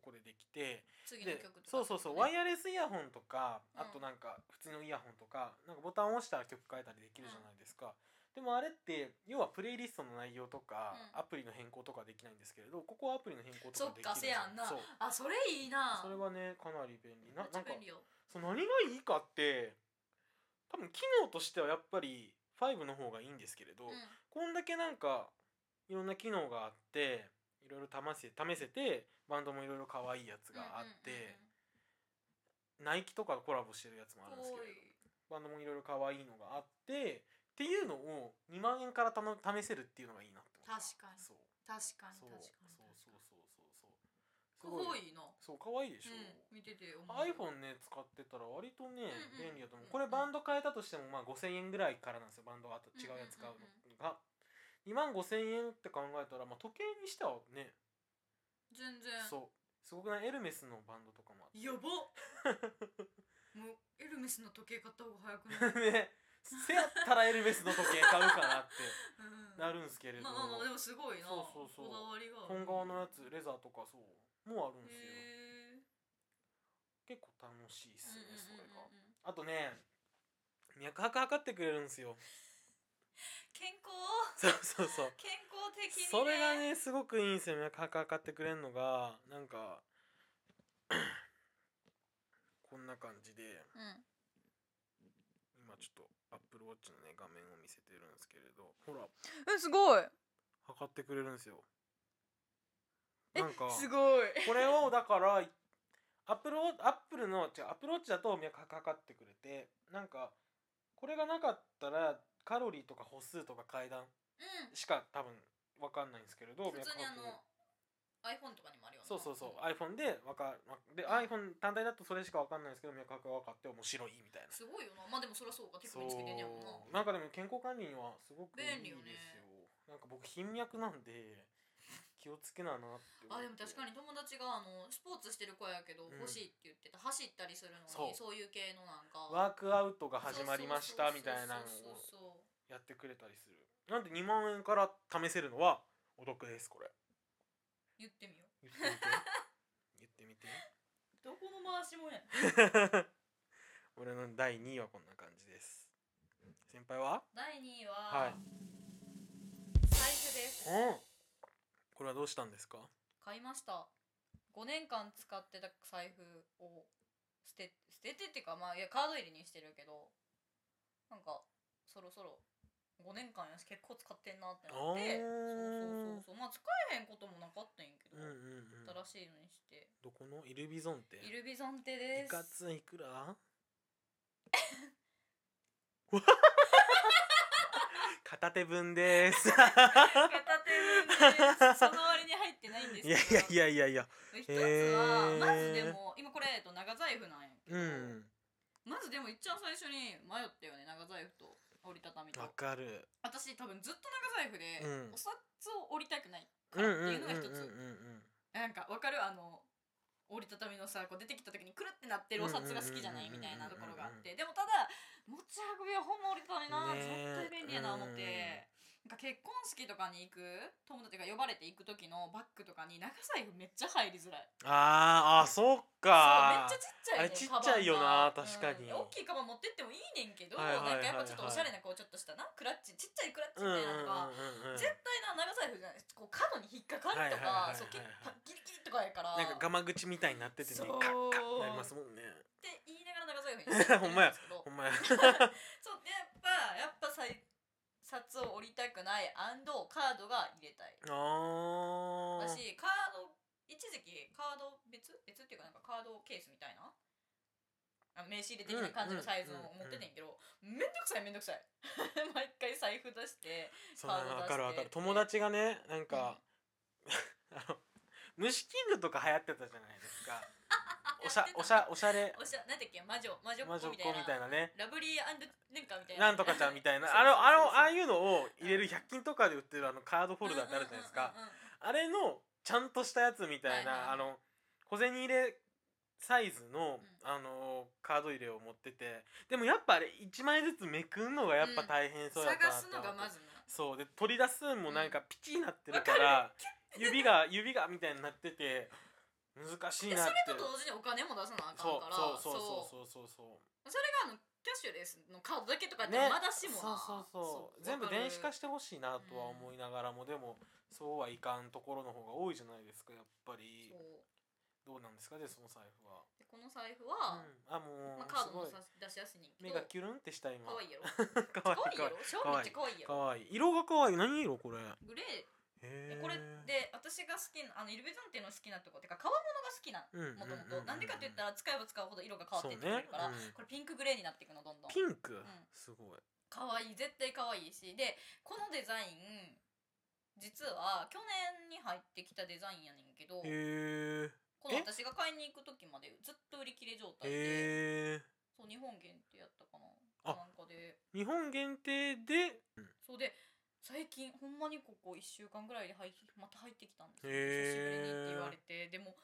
A: ここでできて
B: 次の
A: で
B: 曲と
A: そう
B: か
A: そうそうワイ
B: ヤ
A: ヤレスイヤホンとかあ
B: うん
A: となんか普通のイヤホンとかなんかボタンを押したら曲変えたりできるじゃないですかでもあれって要はプレイリストの内容とか
B: うん
A: アプリの変更とかできないんですけれどここはアプリの変更とか
B: そっ
A: できる
B: かせやんな
A: そう
B: あそれいいな
A: それはねかなり便利
B: め
A: な
B: っち
A: な
B: ゃ
A: んか
B: 便利よ
A: そう何がいいかって多分機能としてはやっぱり5の方がいいんですけれど、
B: うん
A: こんだけなんかいろんな機能があっていろいろ試せ試せてバンドもいろいろ可愛いやつがあって、
B: うんうんうんうん
A: ナイキとかコラボしてるやつもあるんですけ
B: お
A: ど
B: い
A: バンドもいろいろ可愛いのがあってっていうのを2万円からたの試せるっていうのがいいなって思った
B: 確かに
A: そう
B: 確かに
A: そう
B: 確かに
A: そうそうそうそうそ
B: す
A: うすご
B: ご
A: い
B: いな
A: そう可愛いでしょ、
B: うん、見てて思う
A: iPhone ね使ってたら割とね、
B: うんう
A: 便
B: ん
A: 利だと思うこ
B: うん
A: れバンド変えたとしてもまあ5000円ぐらいからなんですよバンドあと違うやつ買うのが、2万5000円って考えたら、まあ、時計にしてはね、
B: 全然
A: そうすごくないエルメスのバンドとかもあって
B: やばもうエルメスの時計買った方が早くない、
A: ねせやったらエルメスの時計買うかなって
B: うん、
A: なるんすけれど
B: まあまあまあでもすごいな
A: そうそうそう
B: こだわりがある
A: 本革のやつレザーとかそうもうあるんですよ
B: へえ
A: 結構楽しいっすよねそれが
B: うんうんうんうん
A: あとね脈拍測ってくれるんですよ
B: 健康
A: そうそうそう
B: 健康的に、ね、
A: それがねすごくいいんですよ脈拍測ってくれるのがなんか こんな感じで
B: うん
A: 今ちょっとアップルウォッチのね画面を見せてるんですけれどほら
B: えすごい
A: 測ってくれるんですよ
B: え
A: なんか
B: すごい
A: これをだからアップルアップルの違うアップルウォッチだと脈拍測ってくれてなんかこれがなかったらカロリーとか歩数とか階段
B: う
A: しか多分わかんないんですけれど
B: ん普通にあ
A: 脈拍
B: の iPhone とかにもあるよね
A: そうそうそう
B: あ
A: iPhone でわかるで iPhone 単体だとそれしかわかんないんですけど脈拍が分かって面白いみたいな
B: すごいよなまあでもそりゃそうかテク
A: そ
B: ニックつけてんねやもん
A: うな
B: な
A: んかでも健康管理にはすごくいい
B: 便利よね
A: ですよなんか僕頻脈なんで気をつけななって思っ
B: あ
A: て
B: でも確かに友達があのスポーツしてる子やけど
A: うん
B: 欲しいって言ってた、走ったりするの
A: そ
B: にそうういう系のなんか
A: ワークアウトが始まりましたみたいなの
B: そう
A: を
B: そうそうそう
A: やってくれたりするなんで2万円から試せるのはお得ですこれ
B: 言ってみよう
A: 言ってみて 言ってみて
B: どこの回しもやん
A: 俺の第2位はこんな感じです先輩は
B: 第2位
A: は
B: はい財布です
A: おこれはどうしたんですか
B: 買いました5年間使ってた財布を捨て捨ててっていうかまあいやカード入れにしてるけどなんかそろそろ5年間やし結構使ってんなってなっ
A: あ
B: て
A: ー
B: そうそうそうそうまあ使えへんこともなかったんや
A: う
B: けど、
A: んうんうん
B: 新しいのにして
A: どこのイルビゾンって
B: イルビゾンテ
A: い
B: です
A: かついく ら片手分です。
B: 片手分ですその割に入ってないんです
A: いやいやいやいやいや。
B: 一つは
A: へー
B: まずでも今これ、えっと、長財布なんやけど、
A: うん。
B: まずでもいっちゃん最初に迷ったよね長財布と折りたたみと
A: わかる。
B: 私多分ずっと長財布で、
A: うん
B: お札を折りたくないか
A: うんう
B: らっ
A: んうんうん
B: ていううんのが一つ、なんかわかるあの折りたたみのさこう出てきた時にくるってなってるお札が好きじゃない
A: うんうんうんうんうん
B: みたいなところがあってでもただ持ち運びはほんま折りたたみな、
A: ねえ
B: 絶対便利やな思って、なんか結婚式とかに行く友達が呼ばれて行く時のバッグとかに長財布めっちゃ入りづらい
A: あーあそっか
B: そうめっちゃちっちゃ
A: あれちっちゃい
B: い
A: よな確かに
B: うん大きいカバン持ってってもいいねんけど、
A: はいはいはいはい
B: なんかやっぱちょっとおしゃれなこうちょっとしたなクラッチちっちゃいクラッチ
A: うん
B: み
A: うんうん
B: たいな
A: うんう
B: のが、
A: ん
B: 絶対な長財布じゃないこう角に引っかかると
A: はいはいはいはいはい
B: かそう結構ギリギリとかやから
A: なんかガマ口みたいになっててね
B: そう
A: カッカッなりますもんね
B: って言いながら長財布 にしてる
A: ほんまや
B: ですけど
A: ほんまや
B: そうでやっぱやっぱさい札を折りたくないアンドカードが入れたい
A: あー
B: 私カード一時期カード別別っていうかなんかカードケースみたいなあの名刺入れ的な感じのサイズの
A: うんうんうん
B: 持っててんけど、めんどくさいめんどくさい 毎回財布出して
A: そうなのわ
B: 顔を出して
A: かるわかる友達がねなんか、 あの虫キングとか流行ってたじゃないです かおしゃおしゃおしゃれ
B: おしゃなんだっけ魔女魔女
A: 魔女っ
B: っ
A: 子
B: 子
A: み
B: みたい
A: た
B: な
A: いなね
B: ラブリーアンドなんかみたいな
A: なんとかちゃんみたいな
B: そう
A: あ
B: そ
A: の
B: うそうそう
A: あのああいうのを入れる100均とかで売ってるあのカードフォルダってあるじゃないですか
B: うんうんうんうん
A: あれのちゃんとしたやつみたい
B: はいはい
A: なあの小銭入れサイズの
B: う
A: あのカード入れを持っててでもやっぱあれ1枚ずつめくんのがやっぱ大変そうだったな
B: 探すの
A: と
B: が
A: 思って
B: まずな
A: そうで取り出すんもなんかピチになってる
B: わ
A: か
B: かる
A: ら、指が指がみたいになってて難しい
B: で
A: なっ
B: そ
A: て
B: れと同時にお金も出さなあかんから
A: そうそうそうそうそうそう
B: それがあのキャッシュレスのカードだけとかやって
A: ね
B: まだしもな、
A: そうそうそう全部電子化
B: し
A: してほしいなとは思いながらも、でもそうはいかんところの方が多いじゃないですかやっぱりどうなんですかねその財布は、
B: この財布は、
A: うん、あもう、
B: まあ、カードも
A: すごい
B: さ出しやすいねんけ
A: 目
B: ど
A: がキュルンってした今
B: 可愛いやろ
A: 可
B: 可愛いやろ超めっちゃ可愛いやろ
A: 可愛い色が可愛い何色これへ
B: グレー
A: へ
B: で
A: え
B: これで私が好きなあのイルベジョンっていうの好きなとこってか革物が好きなもともとなんでかって言った
A: ら
B: ら使えば使うほど色が変わっていってくれるから、
A: そうねうん
B: これピンクグレーになっていくのどんどん
A: ピンク、
B: ん
A: すごい
B: 可愛い絶対可愛いしでこのデザイン実は去年に入ってきたデザインやねんけど
A: へえ
B: この私が買いに行く時までずっと売り切れ状態で
A: へえ
B: そう日本限定やったかな
A: あ
B: なんかで
A: 日本限定で、うん
B: そうで最近ほんまにここ1週間ぐらいで入っまた入ってきたんですよ、
A: へー
B: 久しぶりにって言われてでも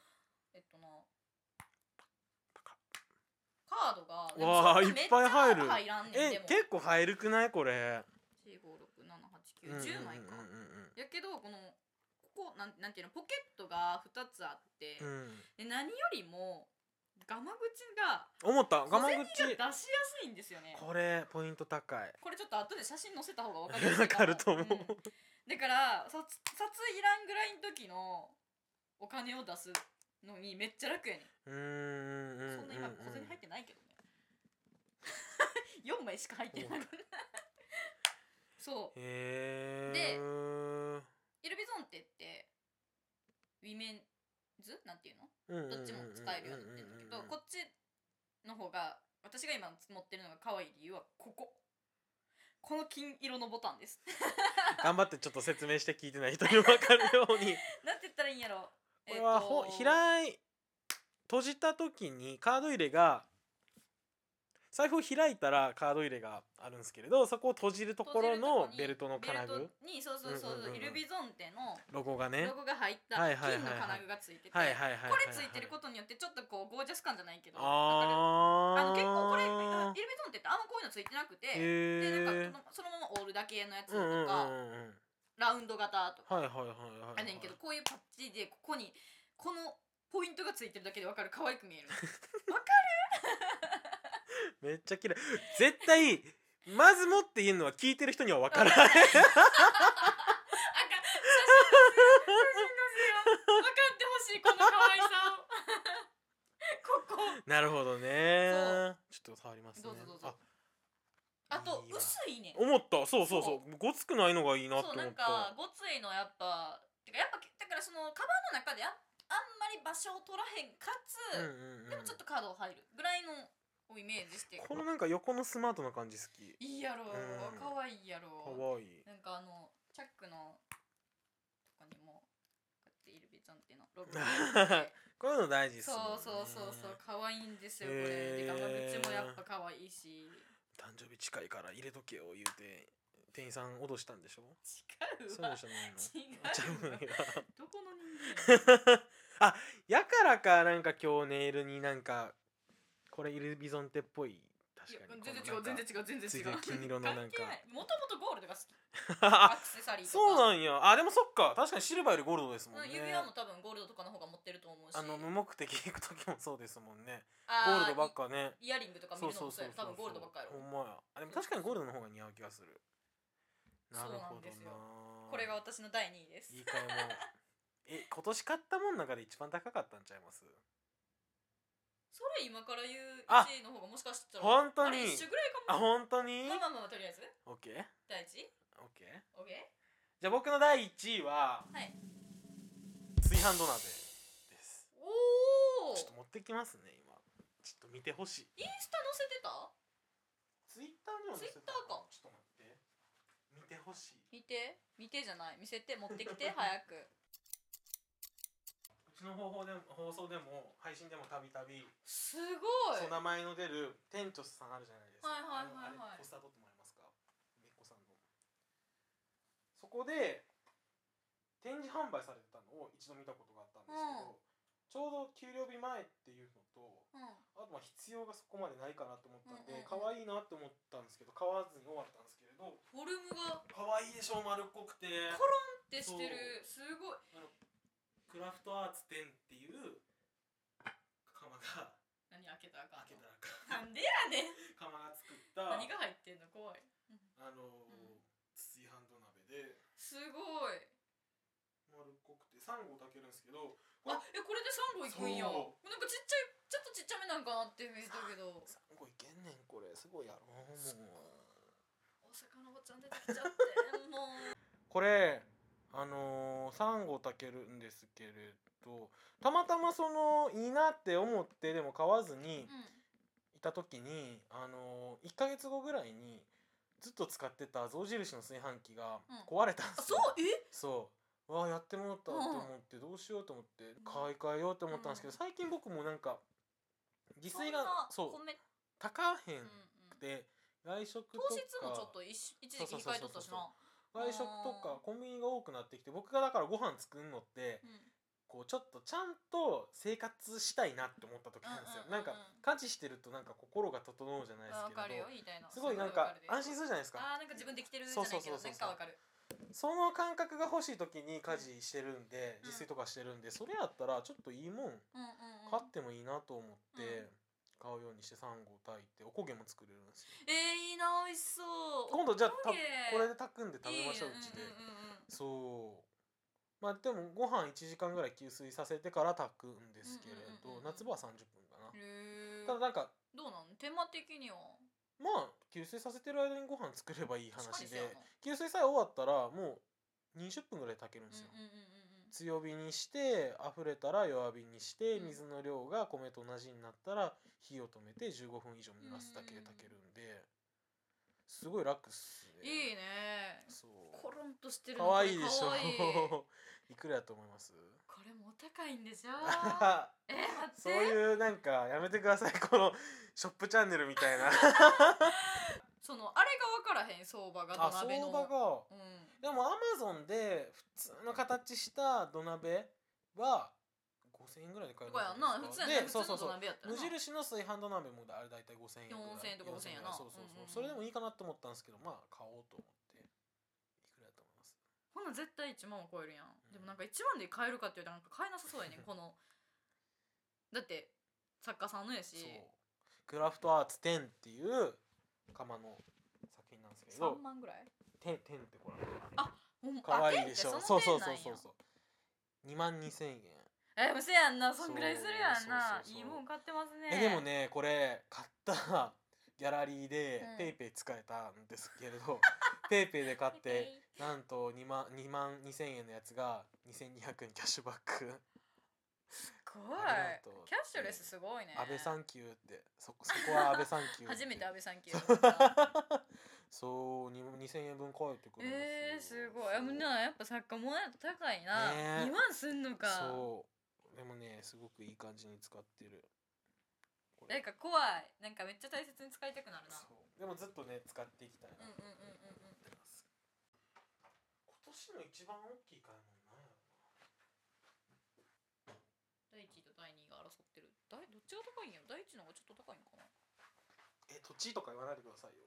B: えっとな
A: パカ
B: カードがでも
A: わあ
B: そんない
A: っぱい入る
B: めっちゃ入らんねんで
A: え
B: も
A: 結構入るくないこれうんうんうん
B: 45678910枚か、
A: うん
B: やけどこのここなんなんていうのポケットが2つあって、
A: うんうん
B: で何よりもガマ口が
A: 思った我慢
B: 小銭
A: 口
B: が出しやすいんですよね
A: これポイント高い
B: これちょっと後で写真載せた方が分かりやす
A: わ
B: い
A: かると思う、
B: んだから札札いらんぐらいの時のお金を出すのにめっちゃ楽やねん
A: うーんうんうんうん
B: そんな今小銭入ってない けどね4枚しか入ってないそう
A: へ
B: で
A: え
B: イルビゾンテってウィメンズなんていうの
A: で
B: どっちも使えるようになってるんだけどこっちの方が私が今持ってるのが可愛い理由はこここの金色のボタンです
A: 頑張ってちょっと説明して聞いてない人に分かるように
B: なんて言ったらいいんやろ
A: これはほ開い閉じた時にカード入れが財布を開いたらカード入れがあるんですけれどそこを閉じるところのベルトの金具
B: ベルトにそうそうそう,、
A: うんうんうんうん
B: イルビゾンテの
A: ロゴがね
B: ロゴが入った
A: はいはいはいはい
B: 金の金具がついててこ
A: はい
B: れ
A: はいはいはいはい
B: ついてることによってちょっとこうゴージャス感じゃないけどわかる
A: あー
B: あの結構これイルビゾンテってあんまこういうのついてなくて、
A: へ
B: で
A: ー
B: なんかそのそのままオールだけのやつと
A: うん
B: か、
A: うんうんうん
B: ラウンド型とか
A: はいはいはいはいはい
B: やねんけどこういうパッチでここにこのポイントがついてるだけでわかる可愛く見える
A: めっちゃ綺麗絶対まずもって言うのは聞いてる人には分からない
B: あかん写真のせよ写真のせよ分かってほしいこの可愛さをこ こ
A: なるほどねちょっと触りますね
B: どうぞどう
A: あ
B: ぞあと
A: いいわ
B: 薄いねん
A: 思ったそうそうそうごつくないのがいいなって
B: そう
A: 思
B: な
A: っ
B: んか
A: た
B: ごついのやっぱてかやっぱだからそのカバンの中でああんまり場所を取らへんかつ、
A: うんうんうん
B: でもちょっとカード入るぐらいのをイメージして
A: このなんか横のスマートな感じ好き
B: いいやろ
A: うん
B: 可愛いやろ
A: かわいい
B: なんかあのチャックのとこにもこうやってイルビちゃんっていうのロゴが入って
A: こ ういうの大事です
B: そ
A: もんね
B: うそうそうそう可愛いんですよこれ
A: へー
B: でガマ口もやっぱ可愛いし
A: 誕生日近いから入れとけよ言うて店員さん脅したんでしょ
B: 違
A: そうう
B: わ
A: じゃないのあちゃ
B: 違う
A: うん
B: わ
A: や
B: どこの人間 や
A: やからかなんか今日ネイルになんかこれイルビゾンテっぽい
B: い
A: 確
B: や
A: かに
B: 全然
A: この
B: 違
A: な
B: うん
A: か
B: 全然違う全然
A: つい
B: 違
A: うで金色のなんか
B: 関係ないもともとゴールドが好きア
A: あ
B: クセサリ ーとか
A: そうなんやあでもそっか確かにシルバーよりゴールドですもん
B: う
A: ね
B: ん指輪も多分ゴールドとかの方が持ってると思うし
A: あの無目的行く時もそうですもんね
B: あ
A: ゴ
B: ー
A: ールドばっかね
B: イイヤリングとか見
A: そう
B: るの
A: そ
B: も
A: う
B: そ
A: そうう
B: や多分ゴールドばっかやろ
A: ほんまやあでも確かにゴールドの方が似合う気がするなるほ
B: そうなん
A: ど
B: ですよ
A: な
B: これが私の第2位です
A: いい買い物え今年買ったもんの中で一番高かったんちゃいます
B: それ今から言う
A: あ
B: 1位の方がもしかしたら
A: 本当に
B: あれ一緒ぐらい
A: あ
B: かも
A: 本当に
B: まあまあまあまあとりあえず
A: オッケーオッ
B: 第一位
A: ケー
B: OK
A: じゃあ僕の第1位は
B: はい
A: 炊飯土鍋です
B: おおイン
A: ちょ
B: ス
A: っと持ってきますね今ちょっと見てほしい
B: タ載せてた
A: ツイッターにも載せた
B: Twitter か
A: ちょっと待って見てほしい
B: 見て見てじゃない見せて持ってき て早く
A: うちの方法でも放送でも配信でもたびたび
B: すごい
A: そう名前の出る店長さんあるじゃないですか。
B: はいはい
A: あのあ
B: はいはい
A: れポスター撮ってもらえますか。めっこさんの。そこで展示販売されてたのを一度見たことがあったんですけど、ちょうど給料日前っていうのと。
B: うん、
A: あとまあ必要がそこまでないかなと思ったんで、
B: うんうんう
A: 可
B: ん
A: 愛いなって思ったんですけど買わずに終わったんですけれど
B: フォルムが
A: 可愛いでしょ丸っこくて
B: コロンってしてるすごい
A: クラフトアーツ店っていう釜が
B: 何開けたらあか
A: 開け
B: んの
A: たらか
B: なんでやねん
A: 釜が作った
B: 何が入ってんの怖い
A: あのー
B: ん
A: 炊飯土鍋です
B: ごい
A: 丸っこくて3合炊けるんですけど
B: あえこれで3号いくんやなん
A: そ
B: かちっちゃいちょっとちっちゃめなんかなって見えたけど
A: 3合いけんねんこれすごいやろもう
B: お魚おばちゃん出てきちゃってもう
A: これああのー、サンゴたけるんですけれどたまたまそのいいなって思ってでも買わずにいた時に、あのー、1ヶ月後ぐらいにずっと使ってた象印の炊飯器が
B: うん
A: 壊れたんで
B: あ
A: す
B: そ
A: よ、
B: うえ
A: そうわあやってもらったと思ってどうしようと思って買い替えようと思ったんですけど
B: うん
A: 最近僕もなんか自炊が
B: そ
A: そ
B: ん
A: う
B: な米
A: 高へん
B: うんうん
A: くて外食と
B: 糖
A: か
B: 質もちょっと一し一時期控えとったしな
A: 外食と
B: あ
A: か
B: ー
A: コンビニが多くなってきて僕がだからご飯作るのって
B: うん
A: こうちょっとちゃんと生活したいなって思った時なんですよ
B: うんうんうんうん
A: なんか家事してるとなんか心が整うじゃない
B: あわか
A: で
B: る
A: す
B: よ
A: け
B: 言いたいの
A: どすごいなん
B: わ
A: か
B: るで
A: 安心するじゃないですか
B: あーなんか自分できてるじゃないけど
A: そうそうそうそう
B: なんかわかる
A: その感覚が欲しい時に家事してるんで
B: うん
A: 自炊とかしてるんでそれやったらちょっといいもん
B: うんうんうん
A: 買ってもいいなと思って
B: うん
A: 買うようにしてサンゴ炊いておこげも作れるんですよ
B: えー、いいな美味しそう
A: 今度じゃあた
B: おこ
A: こ
B: げ
A: れで炊くんで食べましょう
B: いいう
A: ちで
B: んうんうんうん
A: そうまあでもご飯1時間ぐらい給水させてから炊くんですけれ
B: うんうんうんう
A: ど
B: ん
A: 夏場は30分かな
B: へー
A: ただなんか
B: どうなの手間的には
A: まあ給水させてる間にご飯作ればいい
B: 確か
A: 話
B: に
A: で
B: そうやな
A: 給水さえ終わったらもう20分ぐらい炊けるんですよ、
B: うんうんうんうんうん
A: 強火にして溢れたら弱火にして
B: うん
A: 水の量が米と同じになったら火を止めて15分以上蒸らすだけで炊けるんですごい楽っすね
B: いいね
A: そう
B: コロンとしてる
A: か
B: の
A: わいいでし
B: 可
A: ょ
B: 愛いこ
A: いくらやと思います
B: れもお高いんでしょえー、待って
A: そういうなんかやめてください このショップチャンネルみ たいな
B: そのあれが分からへん相場が
A: あ
B: 土鍋の
A: 相場が
B: うん
A: でもアマゾンで普通の形した土鍋は5000円ぐらいで買え
B: と
A: るんじゃ
B: かやんな
A: ない
B: 普
A: です
B: 通
A: かでそうそうそう
B: やんな普通の土鍋やったら
A: 無
B: な
A: 印の炊飯土鍋もだあれ大体5000円ぐらい
B: 4000円とか5000円やな
A: 4000そうそうそう、
B: うんうんうん
A: それでもいいかなと思ったんですけどまあ買おうと思っていくらやと思います
B: ほんなん絶対1万を超えるやん、
A: ん
B: でもなんか1万で買えるかって言うとなんか買えなさそう やねんこのだって作家さんのやし
A: そうクラフトアーツ10っていう釜の作品なんですけ
B: 3
A: ど
B: 万ぐらい
A: 10 10ってこれ
B: ほんま
A: 可愛い
B: あ
A: でしょ
B: ペンって
A: そう
B: の
A: そう
B: ペンな
A: そう
B: んや
A: そうそう2万2000円
B: えでもせやんなそんぐらいするやんな
A: そうそうそうそう
B: いいもん買ってますね
A: えでもねこれ買 ったギャラリーで
B: うん
A: ペイペイ使えたんですけれ どペイペイで買ってなんと2万2万2000円のやつが2200円キャッシュバック
B: すごい
A: ありがとう
B: キャッシュレスすごいね
A: 安倍さん級ってそ そこは安倍さん級
B: 初めて安倍さん級
A: そうに2000円分返ってくるん
B: えー、
A: ですよ
B: すごいあ
A: そう
B: なやっぱ作家もやと高いな、
A: ねえ
B: 2万すんのか
A: そうでもねすごくいい感じに使ってるこれ
B: なんか怖いなんかめっちゃ大切に使いたくなるな
A: そうでもずっとね使っていきたいな
B: うんうんうんうんうん
A: ってます今年の一番大きい買い物なんや
B: 第一位と第二位が争ってる第どっちが高いんやろ第一の方がちょっと高いんかな
A: ろえ土地とか言わないでくださいよ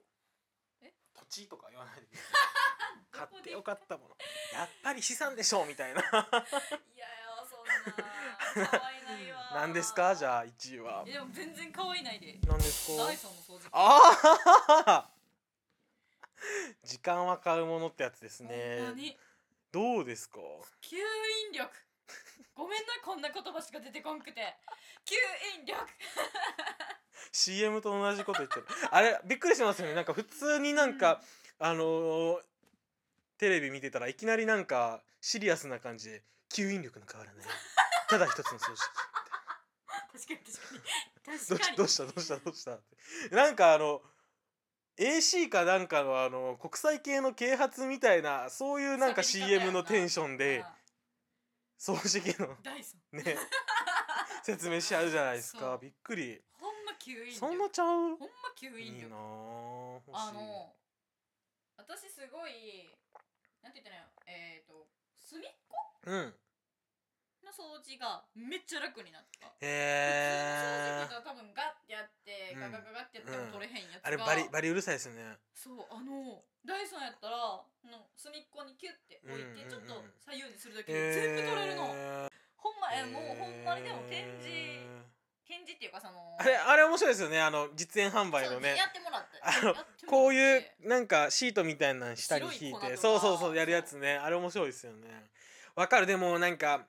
B: え
A: 土地とか言わないでください買
B: どこ
A: って
B: で
A: よかったものやっぱり資産でしょうみたいな
B: いやいやそん な可愛ないわ
A: 何ですかじ
B: あ
A: ゃあ1位は
B: でも全然可愛いないで
A: 何ですか
B: ダイソンの掃除機
A: ああ時間は買うものってやつです
B: ほんま
A: ね
B: に
A: どうですか
B: 吸引力ごめんなこんな言葉しか出てこんくて吸引力
A: CM と同じこと言ってるあれびっくりしますよねなんか普通になんか、あのーテレビ見てたらいきなりなんかシリアスな感じで吸引力の変わらないただ一つの掃除
B: 確かに
A: 機
B: 確
A: どう
B: かに確かに
A: どうしたどうしたどうしたってなんかあの AC かなんかのあの国際系の啓発みたいなそういうなんか
B: 喋り方やな
A: CM のテンションで
B: あ
A: 掃除機の
B: ダイソン
A: ね 説明しちゃうじゃないです
B: そ
A: か
B: う
A: びっくり
B: ほんま吸引力
A: そんなちゃう
B: ほんま吸
A: い
B: 引
A: い
B: 力
A: なあ欲しい
B: あの私すごいなんて言ったらいいのえっ、ー、と隅っこ
A: うん
B: の掃除がめっちゃ楽になった
A: へ
B: 普通
A: え
B: の掃除機と多分ガッてやって、
A: うん
B: ガガガガってやっても取れへんやつが、
A: あれバリバリうるさいですよね
B: そうあのダイソンやったらあの隅っこにキュッて置い
A: う
B: て、
A: んうんうん
B: ちょっと左右にするだけで全部取れるの、
A: へえ
B: ほんまえもうほんまにでも展示展示っていうかその
A: あれあれ面白いですよねあの実演販売
B: そ
A: の
B: う
A: ね
B: やってもらって
A: あの
B: やってもらって
A: こういうなんかシートみたいなの下に引い
B: 白い粉と
A: て
B: か
A: そうそうそうやるやつねあれ面白いですよねわかるでもなんか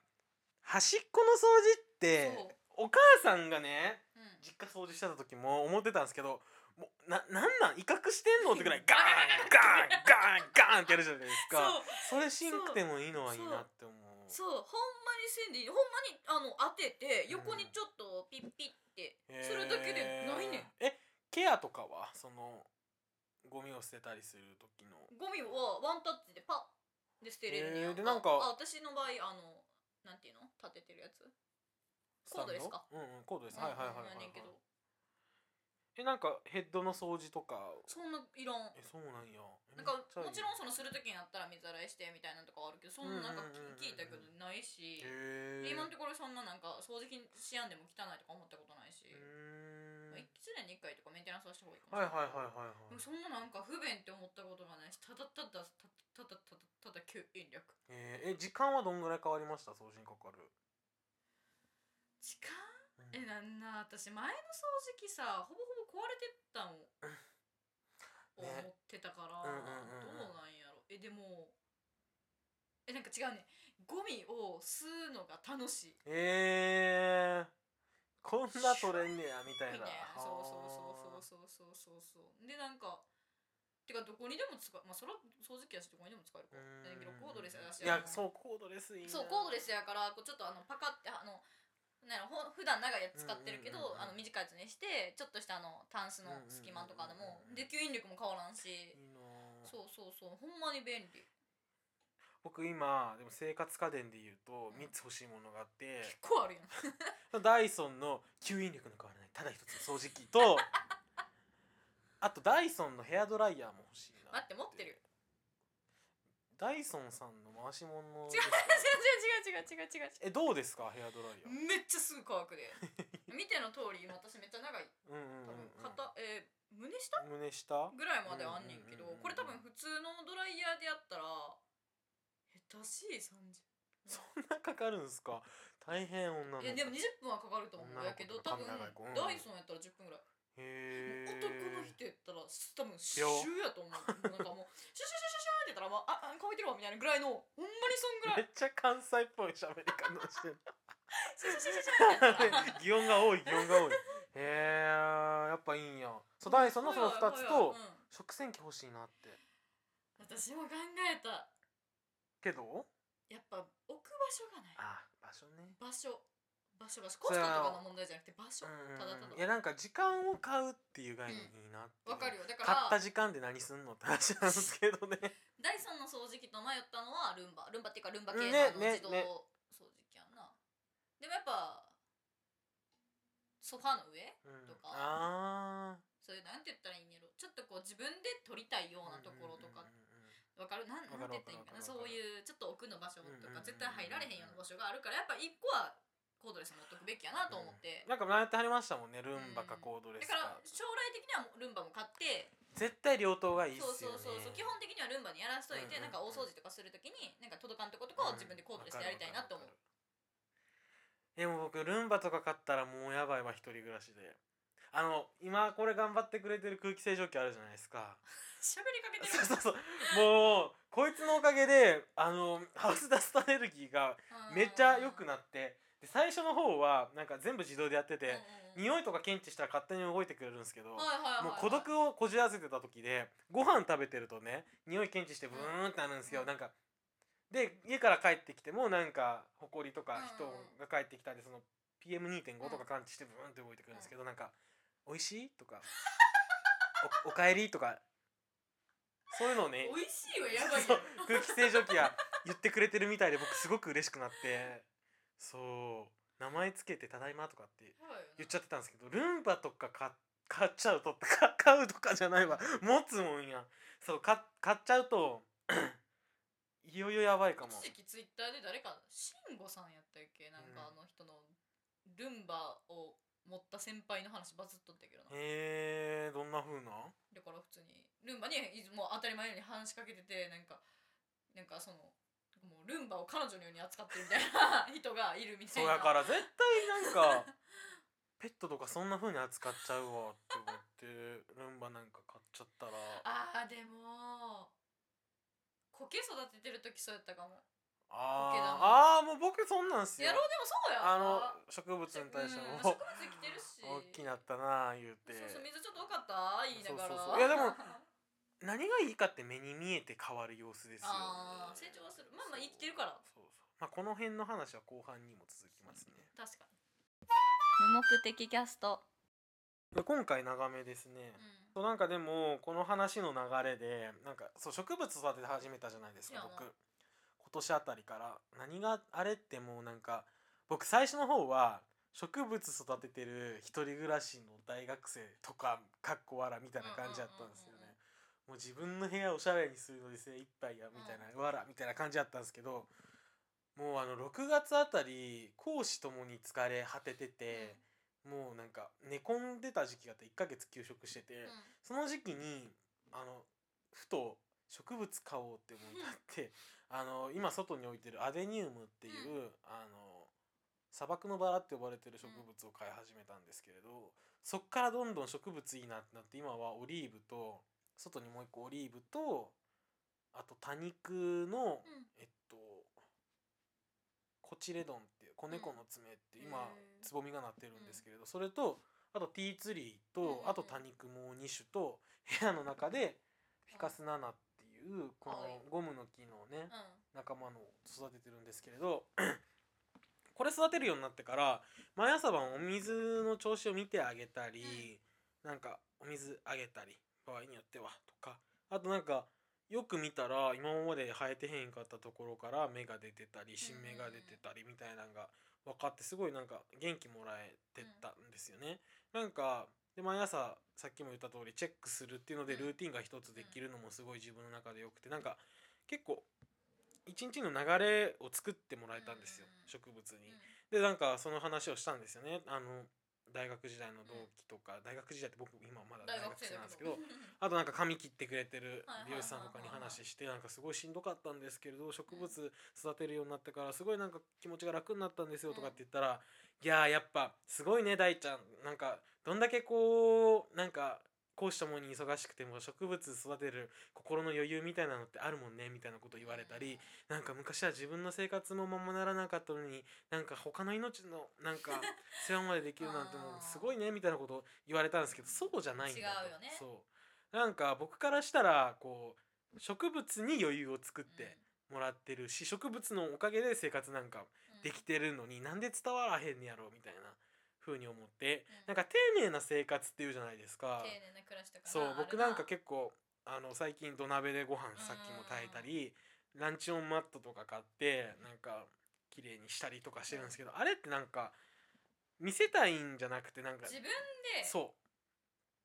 A: 端っこの掃除って
B: そう
A: お母さんがね
B: うん
A: 実家掃除してた時も思ってたんですけどもうななんなん威嚇してんのってぐ らいガーンガーンガーンガーンってやるじゃないです
B: そう
A: かそれしんくてもいいのはいいなって思う
B: そうほんまに線でほんまにあの当てて横にちょっとピッピッってするだけでないねん、
A: えーえケアとかはそのゴミを捨てたりする時の
B: ゴミはワンタッチでパッで捨てれるねや
A: へーでなんか
B: あ私の場合あのなんていうの立ててるやつコードですか
A: スタンドうんうんコードですはいはいはいはい
B: やねんけど
A: えなんかヘッドの掃除とか
B: そんないらん
A: えそうなんやえ
B: なんか
A: めっちゃいい
B: もちろんそのする時になったら水洗いしてみたいなのとかはあるけどそんななんか
A: うんうんうんうん
B: 聞聞いたけどないし、
A: へ
B: で
A: え
B: 今のところそんななんか掃除機しやんでも汚いとか思ったことないし、
A: うーん
B: まあ、1年に1回とかメンテナンスはした方がいいか
A: は
B: も
A: いはいはい
B: しれない
A: はいはい
B: でもそんななんか不便って思ったことがないしただただたただただただ吸引力
A: えーえ時間はどんぐらい変わりました掃除にかかる、
B: 時間
A: うん
B: えなんな私前の掃除機さほぼほぼ壊れてったの思
A: ね
B: ってたから、
A: うんうんうんうん
B: どうなんやろえでもえなんか違うねゴミを吸うのが楽しい
A: えー、こんな取れんねやみたい
B: いい
A: な
B: ねそうそうそうそうそうそうそうそうでなんかてかどこにでも使うまあそれは掃除機やしどこにでも使えるかだけどコードレスやし
A: いや
B: あの
A: そうコードレスいいな
B: そうコードレスやからこうちょっとあのパカってあのなんやろほ普段長いやつ使ってるけ
A: うんうんう
B: ど、
A: んうん
B: あの短いやつにしてちょっとしたあのタンスの隙間とかでも、
A: うんうんうんうん
B: で吸引力も変わらんし
A: い、いな
B: そうそうそうほんまに便利
A: 僕今でも生活家電で言うと
B: うん
A: 3つ欲しいものがあって、
B: 結構あるやん
A: ダイソンの吸引力の変わらないただ一つの掃除機 とあとダイソンのヘアドライヤーも欲しいな
B: 待って持ってる よ
A: ダイソンさんの回し物です
B: 違う違う違う違う違う違う違
A: えどうですかヘアドライヤー
B: うめっちゃすぐ 乾くで見ての通り今私めっちゃ長い
A: うんうん
B: 多
A: うん
B: 分
A: うん
B: 肩、えー胸下
A: 胸下
B: ぐらいまであんねんけど、
A: うんうんうんうん
B: これ多分普通のドライヤーでやったら下手しい30
A: そんな かかるんすか大変女の子
B: いやでも20分はかかると思うんやけど
A: 女の
B: 多
A: 子
B: 分
A: とか髪長い子うん
B: ダイソンやったら10分ぐらい、
A: へー
B: 男の人やったら多分週やと思うなんかもうシュシュシュシュシュって言ったら、まあ、ああ乾いてるわみたいなぐらいのほんまにそんぐら
A: め
B: い
A: っちゃ関西っぽい喋り方してる
B: シュシュシュシュシュってやったら
A: 擬音が多い擬音が多いへえやっぱいいんや そうダイソンのその2つと
B: うん
A: 食洗機欲しいなって
B: 私も考えた
A: けど
B: やっぱ置く場所がない
A: あ場所ね
B: 場所場所場所コストとかの問題じゃなくて場所
A: うんうんうん
B: ただただ
A: いやなんか時間を買うっていう概念いいなって
B: わかるよだか
A: 買っ
B: ら
A: た時間で何すんのって話なんですけ どね
B: ダイソンの掃除機と迷ったのはルンバルンバっていうかルンバ系の
A: ね
B: あの
A: ね
B: 自動
A: ね
B: 掃除機やんな、でもやっぱソファーの上
A: うん
B: とか
A: あ
B: そういうなんて言ったらいいんやろちょっとこう自分で取りたいよ
A: あ
B: うなところとかわ、
A: う
B: かるなん
A: わ
B: な
A: か
B: ん
A: る
B: て言ったらいいんか
A: わかるわか
B: な
A: る
B: そういうちょっと奥の場所
A: うん
B: と
A: うんうんうん
B: か絶対入られへんような場所があるからやっぱ一個はコードレス持っとくべきやなと思っ
A: ん
B: て、
A: うんうんなんか迷ってはりましたもんねルンバか
B: うん
A: コードレ
B: だ
A: ス
B: か
A: から
B: 将来的にはもうルンバも買って
A: 絶対両党がいいっ
B: そう
A: す
B: そ
A: よね
B: うそうそう基本的にはルンバにやらしといて、
A: うんうんうん
B: なんか大掃除とかするときになんか届かんとことかを自分でコードレスでやりたいなと思う、
A: でも僕ルンバとか買ったらもうやばいわ一人暮らしであの今これ頑張ってくれてる空気清浄機あるじゃないですか
B: 喋りかけて
A: そう
B: る
A: そうそうもうこいつのおかげであのハウスダストアレルギーがめっちゃ良く
B: っ
A: なってで最初の方はなんか全部自動でやって
B: て
A: て、匂いとか検知したら勝手に動いてくれるんですけど、
B: はいはいはいはい
A: もう孤独をこじらせてた時でご飯食べてるとね匂い検知してブーンってなるんですよ、
B: うん
A: なんかで家から帰ってきてもなんか埃とか
B: う
A: 人
B: んうん
A: が帰ってきたりその PM2.5 とか感知してブーンって動いてくるんですけど、なんか「美味しい?」とか「おおかえり?」とかそういうのをね
B: 美味しいはやばい
A: そう
B: よ
A: 空気清浄機が言ってくれてるみたいで僕すごく嬉しくなってそう名前つけて「ただいま」とかって言っちゃってたんですけどルンバとか買っ買っちゃうとって か買うとかじゃないわ持つもんやそう買買っちゃうと いよいよやばいかも
B: 一時期ツイッターで誰か慎吾さんやったっけなんかあの人のルンバを持った先輩の話バズっとったけどな
A: へえどんな風な
B: だから普通にルンバにいつも当たり前のように話しかけててなんかなんかそのもうルンバを彼女のように扱ってるみたいな 人がいるみた
A: そ
B: いうな
A: やから絶対 なんかペットとかそんな風に扱っちゃうわって思ってルンバなんか買っちゃったら
B: あーでも苔育ててる時そうやったかも苔玉
A: あーあーもう僕そんなんすよ
B: やろうでもそうや
A: あの
B: あ
A: 植物に対して
B: うん、植
A: も
B: 物生きてるし
A: 大きなったなあ言うて
B: そうそう水ちょっと多かった言いながら
A: そうそうそういやでも何がいいかって目に見えて変わる様子ですよ
B: あー成長はするまあまあ生きてるから
A: そうそうまあこの辺の話は後半にも続きますね
B: 確かに無目的キャスト
A: で今回長めですね、
B: うん
A: そうなんかでもこの話の流れでなんかそう植物育てて始めたじゃないですか
B: そうやな
A: 僕今年あたりから何があれってもうなんか僕最初の方は植物育ててる一人暮らしの大学生とかかっこわらみたいな感じだったんですよね
B: うんうんうんうん
A: もう自分の部屋おしゃれにするので精一杯やみたいな、わらみたいな感じだったんですけどもうあの6月あたり公私ともに疲れ果ててて、もうなんか寝込んでた時期があって1ヶ月休職してて、
B: うん
A: その時期にあのふと植物買おうって思い立ってあの今外に置いてるアデニウムっていう、あの砂漠のバラって呼ばれてる植物を飼い始めたんですけれど、そっからどんどん植物いいなってなって今はオリーブと外にもう一個オリーブとあと多肉の、
B: うん
A: えっとコチレドンっていう子猫の爪って
B: うん
A: 今
B: へー
A: つぼみがなってるんですけれど、それとあとティーツリー
B: うんうん
A: と
B: うん
A: あと多肉もう2種と部屋の中でフィカスナナっていうこ
B: かわいい
A: のゴムの木のね
B: うん
A: 仲間のを育ててるんですけれど これ育てるようになってから毎朝晩お水の調子を見てあげたり、なんかお水あげたり場合によってはとかあとなんかよく見たら今まで生えてへんかったところから芽が出てたり新芽が出てたりみたいなのが分かってすごいなんか元気もらえてたんですよね。なんかで毎朝さっきも言った通りチェックするっていうので
B: うん
A: ルーティンが一つできるのもすごい自分の中でよくてなんか結構一日の流れを作ってもらえたんですよ
B: うん
A: 植物に
B: うん。
A: でなんかその話をしたんですよねあの大学時代の同期とか大学時代って僕今まだ
B: 大
A: 大
B: 学
A: 学
B: 生
A: 生
B: だ
A: なんです
B: け
A: け
B: ど
A: ど。あとなんか髪切ってくれてる
B: はいはいはいはい
A: 美容師さんとかに話してなんかすごいしんどかったんですけれど植物育てるようになってからすごいなんか気持ちが楽になったんですよとかって言ったら「いやーやっぱすごいね大ちゃんなんかどんだけこうなんか講師ともに忙しくても植物育てる心の余裕みたいなのってあるもんね」みたいなこと言われたりなんか昔は自分の生活もままならなかったのになんか他の命のなん か世話までできるなんてもうすごいねみたいなこと言われたんですけどそうじゃないんだと
B: 違うよね
A: そうなんか僕からしたらこう植物に余裕を作っ
B: うん
A: てもらってるし植物のおかげで生活なんか
B: うん
A: できてるのになんで伝わらへんねやろみたいな風に思って
B: うん
A: なんか丁寧な生活っていうじゃないですか
B: 丁。寧な暮らしとかな
A: そう
B: あれ
A: 僕なんか結構あの最近土鍋でご飯さっきも炊いたりランチオンマットとか買ってなんか綺麗にしたりとかしてるんですけどあれってなんか見せたいんじゃなくてなんか
B: 自分で
A: そう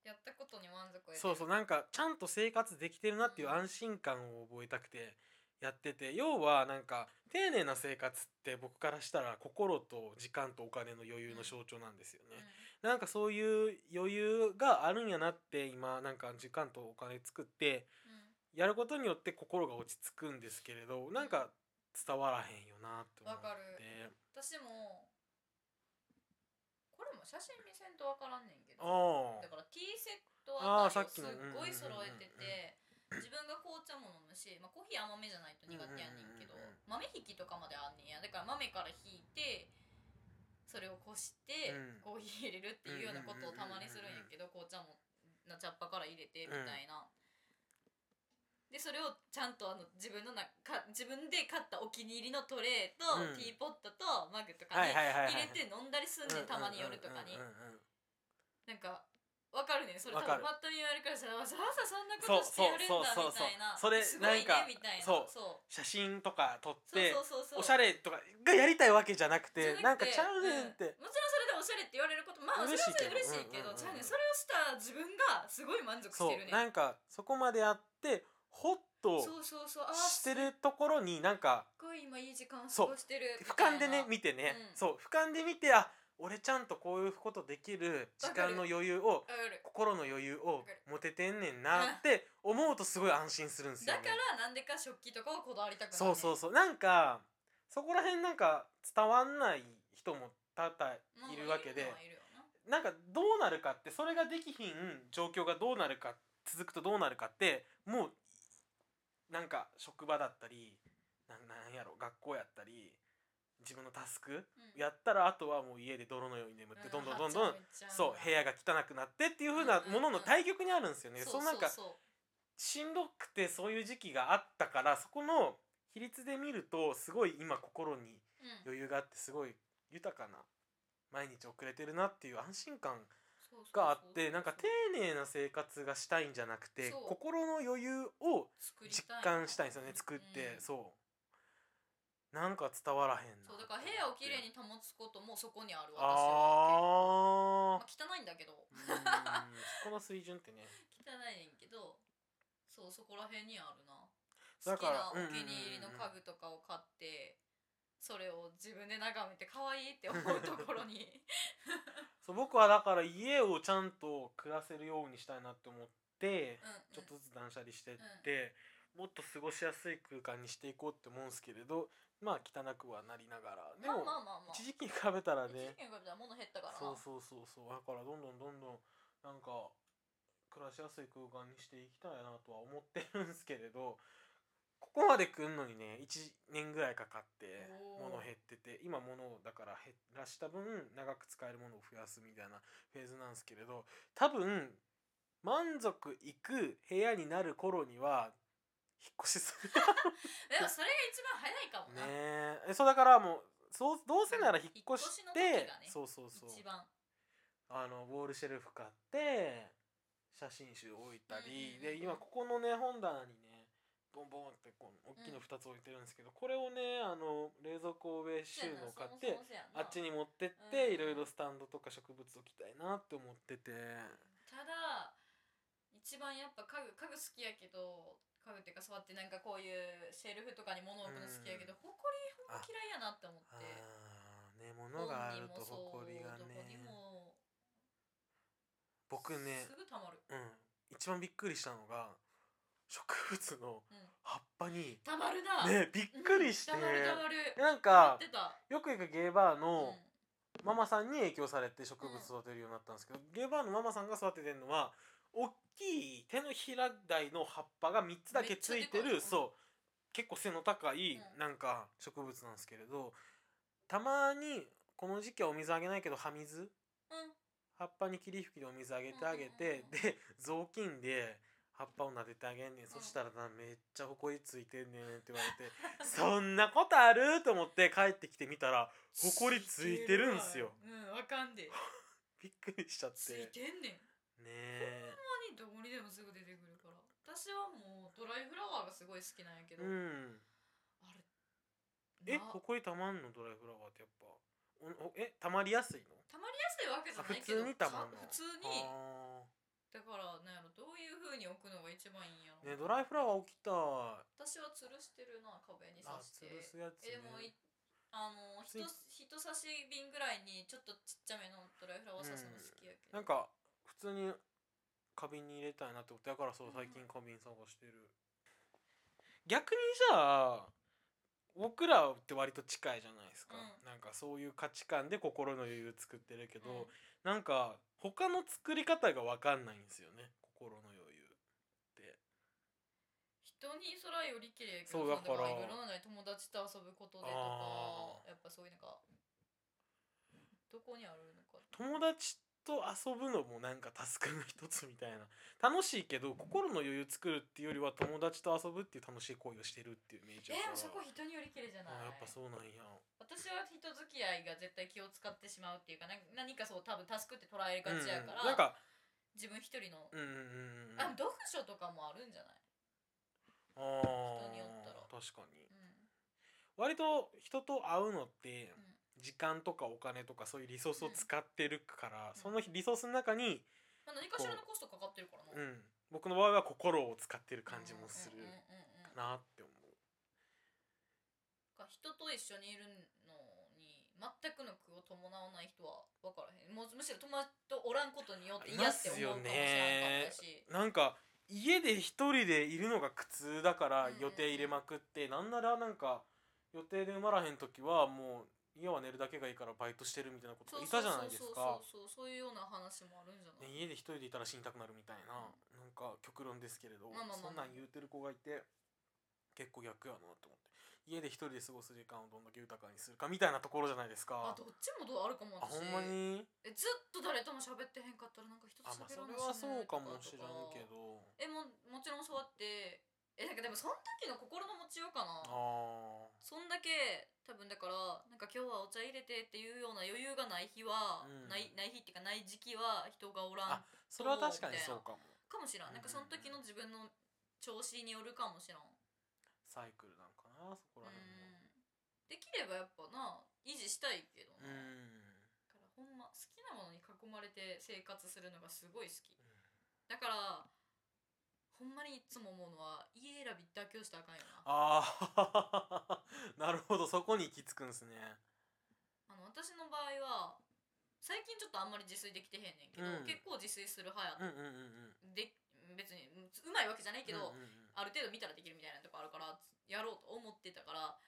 B: やったことに満足を得てる
A: そうそうなんかちゃんと生活できてるなっていう安心感を覚えたくてやってて要はなんか丁寧な生活って僕からしたら心と時間とお金の余裕の象徴なんですよね。なんかそういう余裕があるんやなって今なんか時間とお金作って
B: うんうん
A: やることによって心が落ち着くんですけれどなんか伝わらへんよなって思っ
B: わかる
A: て
B: 私もこれも写真見せんとわからんねんけど
A: あ
B: だ
A: あ
B: から T セットあ
A: あーさ
B: たりを
A: っ
B: す
A: き
B: っ
A: の
B: ごい揃えて
A: うんうん
B: て自分が紅茶も飲むし、まあ、コーヒー甘めじゃないと苦手やねんけど
A: うんうんうんうん
B: 豆引きとかまであんねんやだから豆から引いてそれをこして
A: うん
B: コーヒー入れるっていうようなことをたまにするんやけど紅茶もな茶っ葉から入れてみたいな。でそれをちゃんとあの自分のなか自分で買ったお気に入りのトレーと、
A: うん
B: ティーポットとマグとか
A: はい
B: に
A: はいはいはい
B: 入れて飲んだりすんねん、たまに夜とかに
A: うんうんうんうんうん
B: なんかわかるねそれ多
A: わか
B: 分
A: る
B: パッと見言われるからさわざわざそんなこ
A: そう
B: としてやるんだ
A: そう
B: みたいな
A: そうそうそれ
B: すごいね
A: なんか
B: みたいな
A: そう
B: そう
A: 写真とか撮っ
B: そう
A: て
B: そうそうそう
A: おしゃれとかがやりたいわけじゃなくてな
B: じゃなんく
A: か
B: て
A: ちゃうねんって、
B: うんもちろんそれでおしゃれって言われることまあそれはそれで嬉しい
A: 嬉しい
B: けど
A: けどうんうんうん
B: じゃあねそれをした自分がすごい満足し
A: そ
B: てる
A: うな
B: ね
A: んかそこまでやってホッと
B: そうそうそうあー
A: し
B: す
A: てるところになんか
B: っごい今いい時間過
A: そう
B: ごしてる
A: 俯瞰でね
B: み
A: 見てね、
B: うん
A: そう俯瞰で見てあ俺ちゃんとこういうことできる時間の余裕を
B: たいなわかる
A: 心の余裕
B: わ
A: を
B: かる
A: 持ててんねんなって思うとすごい安心するんですよ
B: だ
A: ね。
B: からなんでか食器とかはこだわりたくない、ね、
A: そうそうそうなんかそこら辺なんか伝わんない人も多々いるわけで
B: まあまあいるのはいるよ
A: な
B: な
A: んかどうなるかってそれができひん状況がどうなるか続くとどうなるかってもうなんか職場だったりなんなんやろ学校やったり自分のタスク
B: うん
A: やったらあとはもう家で泥のように眠ってどんどんどんどんそう部屋が汚くなってっていう風なものの対極にあるんですよね。そのなんか
B: そ
A: しんどくてそういう時期があったからそこの比率で見るとすごい今心に
B: ううん
A: 余裕があってすごい豊かな毎日送れてるなっていう安心感
B: そうそうそう
A: があってなんか丁寧な生活がしたいんじゃなくて
B: そう
A: 心の余裕を
B: 作り
A: 実
B: たい
A: 感したいんですよね作っ
B: うん
A: てそうなんか伝わらへんな
B: そうだから部屋をきれいに保つこともそこにある私は
A: あ
B: まあ、汚いんだけど
A: ーうんそこの水準ってね
B: 汚いねんけどそうそこら辺にあるな
A: だか
B: 好き
A: ら
B: なお気に入りの家具とかを買ってそれを自分で眺めて可愛いって思うところ に
A: そう僕はだから家をちゃんと暮らせるようにしたいなって思って
B: うん、うん、
A: ちょっとずつ断捨離してってもっと過ごしやすい空間にしていこうって思うんですけれどまあ汚くはなりながらで
B: まあ
A: も
B: まあまあまあ
A: 一時期に比べたら
B: 一時
A: ね
B: 期に比べたら物減ったからな
A: そうそうそうそうだからどんどんどんどんなんか暮らしやすい空間にしていきたいなとは思ってるんですけれどここまで来んのにね1年ぐらいかかって
B: おー
A: 物減ってて今物をだから減らした分長く使えるものを増やすみたいなフェーズなんですけれど多分満足いく部屋になる頃には引っ越しす る
B: でもそれが一番早いかも
A: ね
B: な、
A: ええそうだからもうそうどうせなら引っ越し
B: うん
A: て、
B: 引っ越しの時がね
A: そうそうそう
B: 一番
A: あのウォールシェルフ買って写真集置いたり、
B: うんうんうん
A: で今ここのね本棚にねボンボンってこう大きいの
B: うん
A: 2つ置いてるんですけど、これをねあの冷蔵庫上収納買ってあっち
B: に
A: に持ってっ
B: うんう
A: て
B: ん
A: いろいろスタンドとか植物置きたいなって思ってて
B: ただ一番やっぱ家具家具好きやけど家具っていうか座ってなんかこういうシェルフとかに物置くの好きやけど、埃ほんま嫌いやなって思っ
A: あ
B: て
A: ーね物があると
B: 本
A: 埃
B: にも
A: が
B: そうどこに
A: ね
B: も
A: 僕ね
B: すぐたまる、
A: うん一番びっくりしたのが植物の
B: うん、
A: 葉っぱに
B: たまるな
A: ねびっ
B: うん
A: くりして、
B: たまるたまる
A: なん
B: や
A: か
B: ってた
A: よく行くゲイバーの
B: うん
A: ママさんに影響されて植物育てるようになったんですけど、ゲイバーのママさんが育ててるのは大きい手のひら大の葉っぱが3つだけついて
B: めっちゃでかい
A: る、
B: うん
A: そう結構背の高い
B: うん
A: なんか植物なんですけれどたまにこの時期はお水あげないけど葉水
B: うん
A: 葉っぱに霧吹きでお水あげてあげ
B: うんうん
A: て、で雑巾で葉っぱを撫でてあげんねん、そしたらなめっちゃほこりついてんねんって言われてそんなことあると思って帰ってきてみたらほこりついてるんすよ
B: うんわかんで
A: びっくりしちゃって
B: ついてんねん
A: ねえ
B: ほんまにどこにでもすぐ出てくるから私はもうドライフラワーがすごい好きなんやけど、
A: う
B: あ
A: ん
B: れ
A: え
B: な
A: ほこりたまんのドライフラワーってやっぱおおえたまりやすいの
B: たまりやすいわけじゃないけ
A: あ普通にた
B: ど
A: まんの
B: か普通に
A: あ
B: だからなんやろどういう風に置くのが一番いいんやろ
A: ー、ねドライフラワー置きたい
B: 私は吊るしてるな壁に
A: あ
B: 刺して
A: 吊るすやつ、ね
B: え、でもいあの
A: 普
B: 人
A: 通に
B: 人差し瓶ぐらいにちょっとちっちゃめのドライフラワー刺すの好きやけ
A: な
B: ど、
A: んか普通に花瓶に入れたいなってことだからそう
B: うん
A: 最近花瓶探してる、逆にじゃあ僕らって割と近いじゃないですか、
B: う
A: なんかそういう価値観で心の余裕作ってるけど、
B: うん
A: なんか他の作り方が分かんないんですよね心の余裕って
B: 人にそらより綺麗やけ
A: そ
B: ど
A: うだ
B: さ
A: から
B: いろいろなのに友達と遊ぶことでと
A: あ
B: かやっぱそういうのがどこにあるのか
A: 友達と遊ぶのもなんかタスクの一つみたいな楽しいけど心の余裕作るっていうよりは友達と遊ぶっていう楽しい行為をしてるっていうイメージ
B: え
A: だから
B: ー、そこ人により綺麗じゃない
A: あやっぱそうなんや
B: 私は人付き合いが絶対気を使ってしまうっていうかな何かそう多分タスクって捉えがちやから、
A: うんうん、なんか
B: 自分一人の、
A: うんうんうんうん
B: あ読書とかもあるんじゃない、
A: あー
B: 人によったら
A: 確かに
B: うん
A: 割と人と会うのって
B: うん
A: 時間とかお金とかそういうリソースを使ってるから、
B: うん
A: そのリソースの中に、
B: まあ、何かしらのコストかかってるからな、
A: うん、僕の場合は心を使ってる感じもする
B: うんうんうんうんう
A: な
B: ん
A: って思
B: か人と一緒にいるのに全くの苦を伴わない人は分からへんもうむしろ友達とおらんことによって嫌って思うかもしれんかったし、
A: うなんか家で一人でいるのが苦痛だから
B: うんうん
A: 予定入れまくって、なんならなんか予定で埋まらへん時はもう家は寝るだけがいいからバイトしてるみたいなこと
B: そ
A: が
B: う
A: いた
B: そう
A: じゃないですか
B: そうそうそうそういうような話もあるんじゃな
A: ね
B: い、
A: 家で一人でいたら死にたくなるみたいななんか極論ですけれど、
B: まあまあまあ
A: そんなん言うてる子がいて結構逆やなと思って家で一人で過ごす時間をどんだけ豊かにするかみたいなところじゃないですか
B: あどっちもどうあるかも
A: あほ
B: 私
A: んまに
B: えずっと誰とも喋ってへんかったらなんか一つ
A: あまあそ
B: 喋ら
A: れは
B: な
A: そうかもし
B: しねとと
A: らんけど
B: えももちろんそうやってえなんかでもその時の心の持ちようかな
A: あ
B: そんだけ多分だからなんか今日はお茶入れてっていうような余裕がない日は、
A: うん
B: ないない日っていうかない時期は人がお
A: あ
B: らん
A: それは確かにそうかも
B: かもしらんなんかその時の自分の調子によるかもしらん
A: サイクルなんかなそこ
B: う
A: ら辺も
B: んできればやっぱな維持したいけど
A: う
B: な、だ
A: ん
B: からほんま好きなものに囲まれて生活するのがすごい好きだからほんまにいつも思うのは家選び妥協したらあかんよ
A: あ
B: なあ
A: あ なるほどそこに行き着くんすね
B: の私の場合は最近ちょっとあんまり自炊できてへんねんけど、
A: うん
B: 結構自炊する派や
A: うんうんうんうん
B: で別にううまいわけじゃないけど、
A: うんうんうん
B: ある程度見たらできるみたいなとこあるからやろうと思ってたから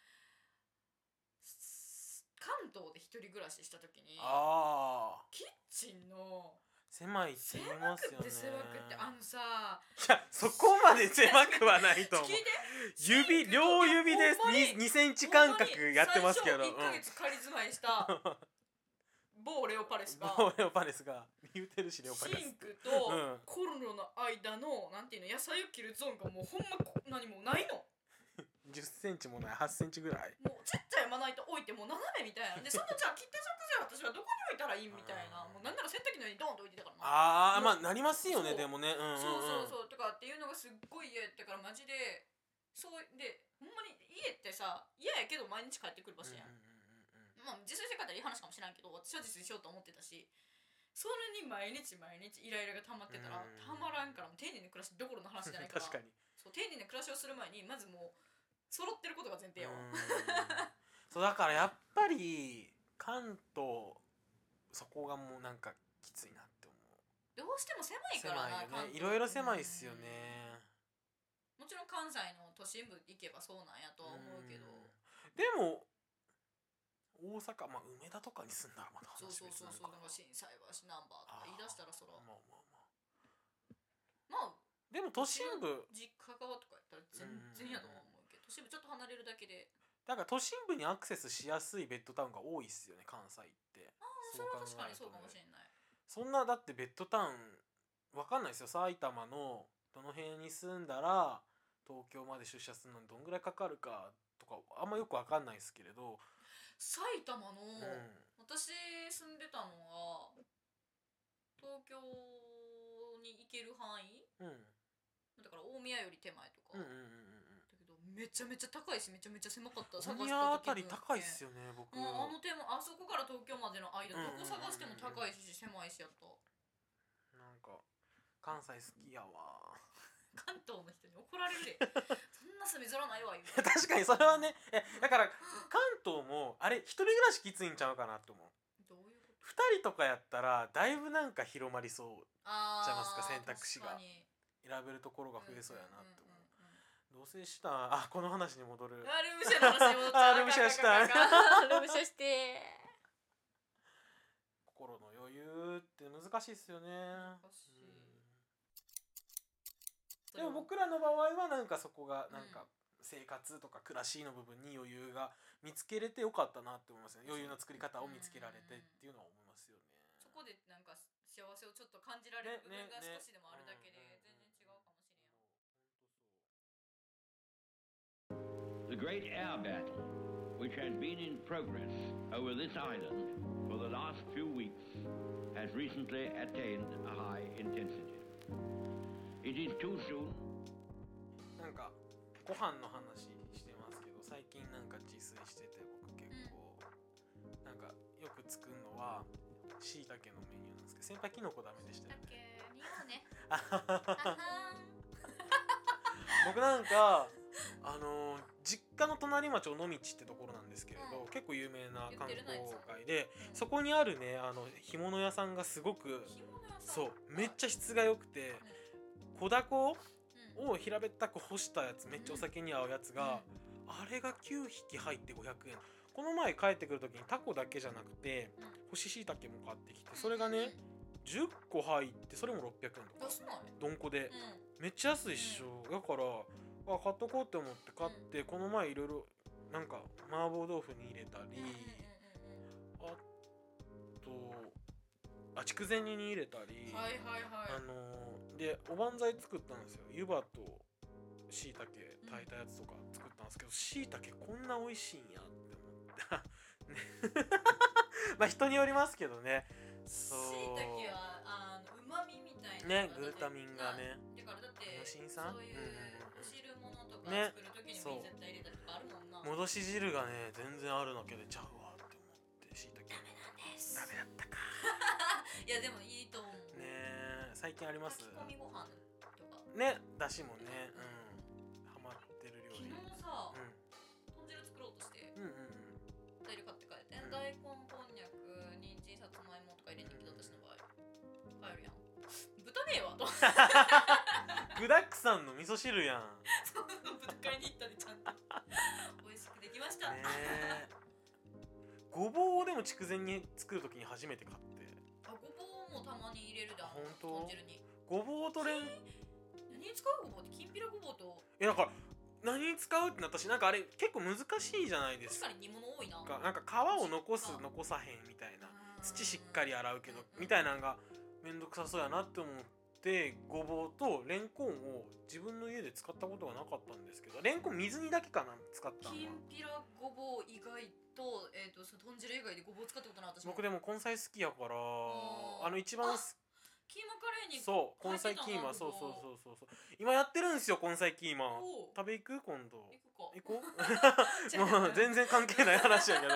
B: す関東で一人暮らしした時に
A: ああ
B: キッチンの
A: 狭いって
B: 狭
A: 言いま
B: く
A: すよ
B: って
A: ね
B: 狭くってあのさ
A: いやそこまで狭くはないと
B: 聞
A: 思う
B: いて
A: 指両指で
B: ほんまに
A: 2センチ間隔やってますけど、
B: ほんまに最初1ヶ月仮住ま いした某レオパレスが
A: ボーレオパレスが言うてるしレオパレス
B: シンクと
A: うん
B: コンロの間のなんていうの野菜を切るゾーンがもうほんまこ何もないの
A: 10センチもない8センチぐらい
B: もうちっちゃいまな板置いてもう斜めみたいなでその じゃあ切った食材は私はどこに置いたらいいみたいな
A: うん
B: もうなんなら洗濯機の上にドーンと置いてたからな
A: ああ
B: うん
A: まあなりますよね
B: そう
A: でもねうんうん、うん、
B: そうそうそうとかっていうのがすっごい嫌やったからマジでそうでほんまに家ってさ嫌やけど毎日帰ってくる場所やん
A: うんうん
B: まあ、自炊して帰ったらいい話かもしれんけど私は自炊しようと思ってたしそれに毎日毎日イライラが溜まってたら
A: うん
B: たまらんからもう丁寧に暮らしどころの話
A: うん
B: じゃ
A: う
B: なんいか ら
A: 確かに
B: そう丁寧な暮らしをする前にまずもう揃ってることが前提
A: う
B: よ、
A: ん そうだからやっぱり関東そこがもうなんかきついなって思う
B: どうしても狭いか
A: 狭
B: ら
A: い
B: な
A: よね
B: 関東
A: いろいろ狭いっすよね
B: うんもちろん関西の都心部行けばそうなんやとは思うけど、
A: うんでも大阪まあ梅田とかに住んだらまた
B: そう
A: 話
B: そう
A: 別
B: そう
A: なの
B: そう
A: か
B: なんか震災橋ナンバーとか言い出したらそら
A: まあまあまあ
B: まあ
A: でも都心部
B: 実家側とかやったら全然やとは思うけど都心部ちょっと離れるだけで
A: だから都心部にアクセスしやすいベッドタウンが多いっすよね関西って
B: ああそれは確かにそう
A: 考
B: か
A: え
B: も
A: るとね
B: しれない
A: そんなだってベッドタウンわかんないですよ埼玉のどの辺に住んだら東京まで出社するのにどんぐらいかかるかとかあんまよくわかんないですけれど、
B: 埼玉の、
A: うん、
B: 私住んでたのは東京に行ける範囲
A: うん
B: だから大宮より手前と
A: う
B: か、
A: んうんうん
B: だ
A: う
B: けどめちゃめちゃ高いしめちゃめちゃ狭かった
A: んうん宮あたり
B: 分
A: 高いっすよね僕
B: もうあの手もあそこから東京までの間
A: うん
B: どこ探しても高いし狭いしやった
A: なんか関西好きやわ
B: 関東の人に怒られるでそんな住みづらないわ今
A: 確かにそれはねえだから関東もあれ一人暮らしきついんちゃうかなって思う
B: どういうこと
A: 2人とかやったらだいぶなんか広まりそう
B: あー
A: じゃあますか選択肢が
B: 確かに
A: 選べるところが増えそうやなって思う,、
B: んんん
A: 同棲したあこの話に戻る
B: うんあルームシェアの話に戻っち ゃう
A: あルームシェアした
B: あかんあかんあかんルームシェア して
A: 心の余裕って難しいっすよね
B: 難し
A: う
B: い
A: んでも僕らの場合はなんかそこがなんか生活とか暮らしの部分に余裕が見つけれてよかったなって思いますね余裕の作り方を見つけられてっていうのは思いますよね
B: そこでなんか幸せをちょっと感じられる部分が少しでもあるだけで
A: ねねね
B: 全然違うかもしれんやん
C: The great air battle, which has been in progress over this island for the last few weeks, has recently attained a high intensity. It is too soon
A: なんかご飯の話してますけど最近なんか自炊してて僕結構、なんかよく作るのはしいたけのメニューなんですけど先輩きのこダメでした
B: だ
A: よ
B: け
A: ね
B: 見ようね
A: あははは
B: ははん
A: 僕なんかあのー実家の隣町尾道ってところなんですけれど、
B: うん
A: 結構有名な観光
B: 言ってるな
A: 街でそこにあるねあの干物屋さんがすごく
B: 干物屋さん
A: そうめっちゃ質が良くて小だこ
B: うん
A: を平べったく干したやつめっちゃお酒に合うやつが、あれが9匹入って500円この前帰ってくる時にタコだけじゃなくて
B: うん
A: 干し椎茸も買ってきてそれがね10個入ってそれも600円とか
B: 安ない
A: どんこで
B: うん
A: めっちゃ安いっしょだからあ買っとこうって思って買ってこの前いろいろなんか麻婆豆腐に入れた
B: うん
A: り
B: うんうん
A: あとあ筑前煮に入れたり、
B: うんはいはい
A: あ
B: はい
A: のーでおばんざい作ったんですよ湯葉としいたけ炊いたやつとか作ったんですけどしいたけこんな美味しいんやって思って ねまあ人によりますけどねそう
B: しいたけはあのうまみみたいな
A: ね
B: のが
A: グルタミンがね
B: だからだって
A: あの新さん
B: そういう
A: うんうんうん
B: お汁物とか
A: ね
B: 作る時に
A: そう
B: も絶対入れたりとかあるもんな、
A: 戻し汁がね全然あるだけでちゃうわって思ってしいたけ
B: ダメなんです
A: ダメだったか
B: いやでもいいと思う
A: ねえ最近ありま
B: 炊
A: す
B: き込みご飯とか
A: ねだしもねうんハマってる料
B: 昨
A: 理
B: 日さ、
A: う
B: 豚汁作ろうとして
A: んうんうん
B: 大量買って帰って
A: うん
B: 大根こんにゃく人参さつまいもとか入れてきた私の場合入るやん豚ねえわと
A: うん具だくさんの味噌汁やん
B: そう豚買いに行ったでちゃんと美味しくできました、
A: ねえごぼうをでも筑前煮作るときに初めて買って
B: あごぼうもたまに入れるじゃん
A: あほんと
B: 豚汁に
A: ごぼうとれん
B: 何に使うごぼうってきんぴらごぼうと
A: えなんか何に使うってなったしなんかあれ結構難しいじゃないで
B: 確
A: す
B: かに煮物多いな
A: かなんか皮を残す
B: そっか
A: 残さへんみたいな
B: うん
A: 土しっかり洗うけど
B: うんうん
A: みたいなのがめんどくさそうやなって思ってごぼうとレンコンを自分の家で使ったことがなかったんですけどレンコン水煮だけかな使ったの
B: き
A: は
B: んぴらごぼう以外と,、えー、とその豚汁以外でごぼう使ったことない私も
A: 僕でも根菜好きやから
B: ん
A: あの一番す
B: キーマカレーに
A: そう
B: 入
A: 根
B: って
A: 菜
B: たな
A: キーマ
B: ごぼ
A: そうそうそうそうそう今やってるんですよ根菜キーマ
B: おう
A: 食べ行く今度
B: 行
A: 行
B: くか
A: こう もう 全然関係ない話やけど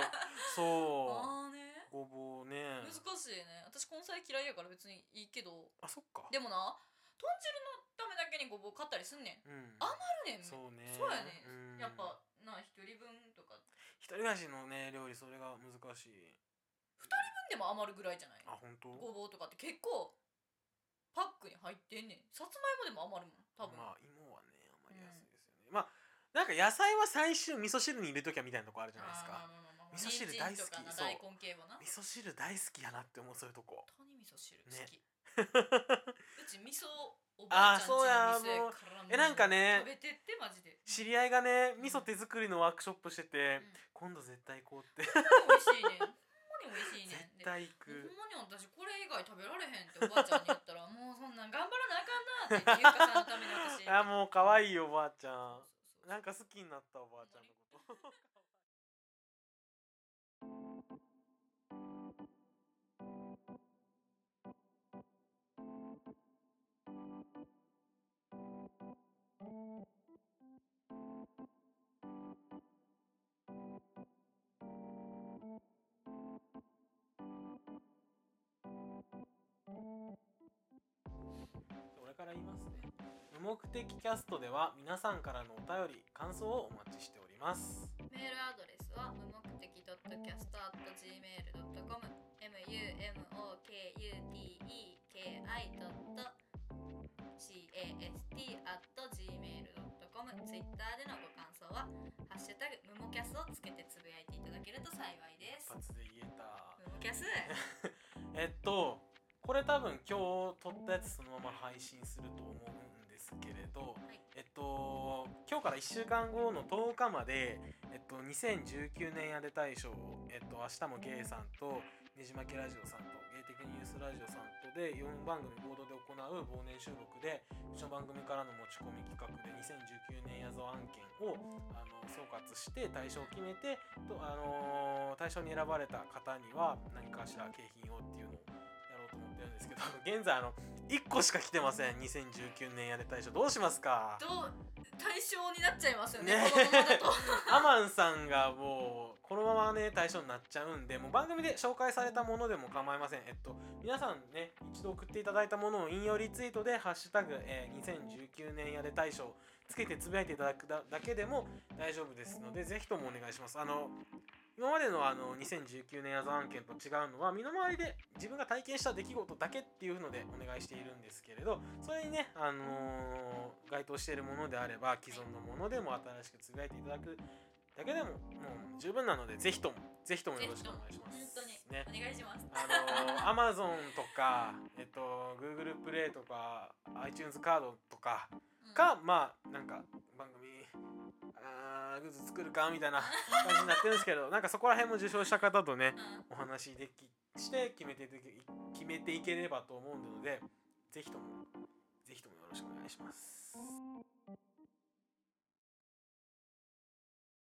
A: そう
B: ああね
A: ごぼうね
B: 難しいね私根菜嫌いやから別にいいけど
A: あそっか
B: でもな豚汁のためだけにごぼう買ったりすんねん
A: うん
B: ああるねん
A: そうね
B: そうやね
A: うん
B: やっぱな一人分とか
A: 一人暮らしのね料理それが難しい
B: 分でも余るぐらいじゃない
A: あ本当
B: ごぼうとかって結構パックに入ってんねんさつまいもでも余るもん多分、
A: まあ芋はねあんまり安いですよね、まあなんか野菜は最終味噌汁に入れときゃみたいなとこあるじゃないですか
B: あーまあまあまあまあ
A: 味噌汁大好き
B: 人参とか
A: そう
B: な大根系はな
A: 味噌汁大好きやなって思うそういうとこ
B: 本当に味噌汁好
A: ね
B: き、うち味噌おばあちゃんちの
A: あーそうや
B: 味噌
A: もう
B: やからも
A: え
B: う
A: なんかね
B: 食べてってマジで
A: 知り合いがね
B: うん
A: 味噌手作りのワークショップしてて、
B: うん
A: 今度絶対行こうって
B: 美味しい ねんほんまに美味しい
A: 絶
B: ねんで
A: 対行
B: ほ
A: く
B: んまに私これ以外食べられへんっておばあちゃんに言ったらもうそんなん頑張らなあかんなって言っ てゆうかさんのために私
A: あもう可愛いおばあちゃ
B: そうんそうそう
A: なんか好きになったおばあちゃんのこと俺から言いますね無目的キャストでは皆さんからのお便り感想をお待ちしております
B: メールアドレスは無目的 .cast.gmail.com mumokuteki.cast.gmail.com ツイッターでのご感想は「ハッシュタグムモキャス」をつけてつぶやいていただけると幸いです
A: 一。発で言えた
B: ムモキャス
A: えっとこれ多分今日撮ったやつそのまま配信すると思うんですけれど、
B: い
A: えっと今日から1週間後の10日まで、えっと、2019年やで大賞を、えっと、明日もゲイさんとねじまきラジオさんとゲイ的ニュースラジオさんとで4番組合同で行う忘年収録でうちの番組からの持ち込み企画で2019年やぞ案件をあの総括して対象を決めてと、あのー対象に選ばれた方には何かしら景品をっていうのをやろうと思ってるんですけど現在あの1個しか来てません2019年やで大賞どうしますか
B: どう対象になっちゃいますよね
A: ね
B: このままだと。
A: アマンさんがもうこのままね対象になっちゃうんでもう番組で紹介されたものでも構いませんえっと皆さんね一度送っていただいたものを引用リツイートで「ハッシュタグ、えー #2019 年やで大賞」つけてつぶやいていただくだだけでも大丈夫ですのでぜひともお願いしますあの今までのあの2019年やぞ案件と違うのは身の回りで自分が体験した出来事だけっていうのでお願いしているんですけれどそれにね、あのー該当しているものであれば既存のものでも新しくつぶやいていただくだけでももう十分なのでぜひともぜひともよろしくお願いします。
B: 本当に、
A: ね
B: お願いします。
A: あのー、Amazon とか、えっと、Google プレイとか iTunes カードとか
B: うん
A: か、まあなんか番組あーグッズ作るかみたいな感じになってるんですけどなんかそこら辺も受賞した方とね
B: うん
A: お話できして決めていけ決めていければと思うのでぜひともぜひともよろしくお願いします。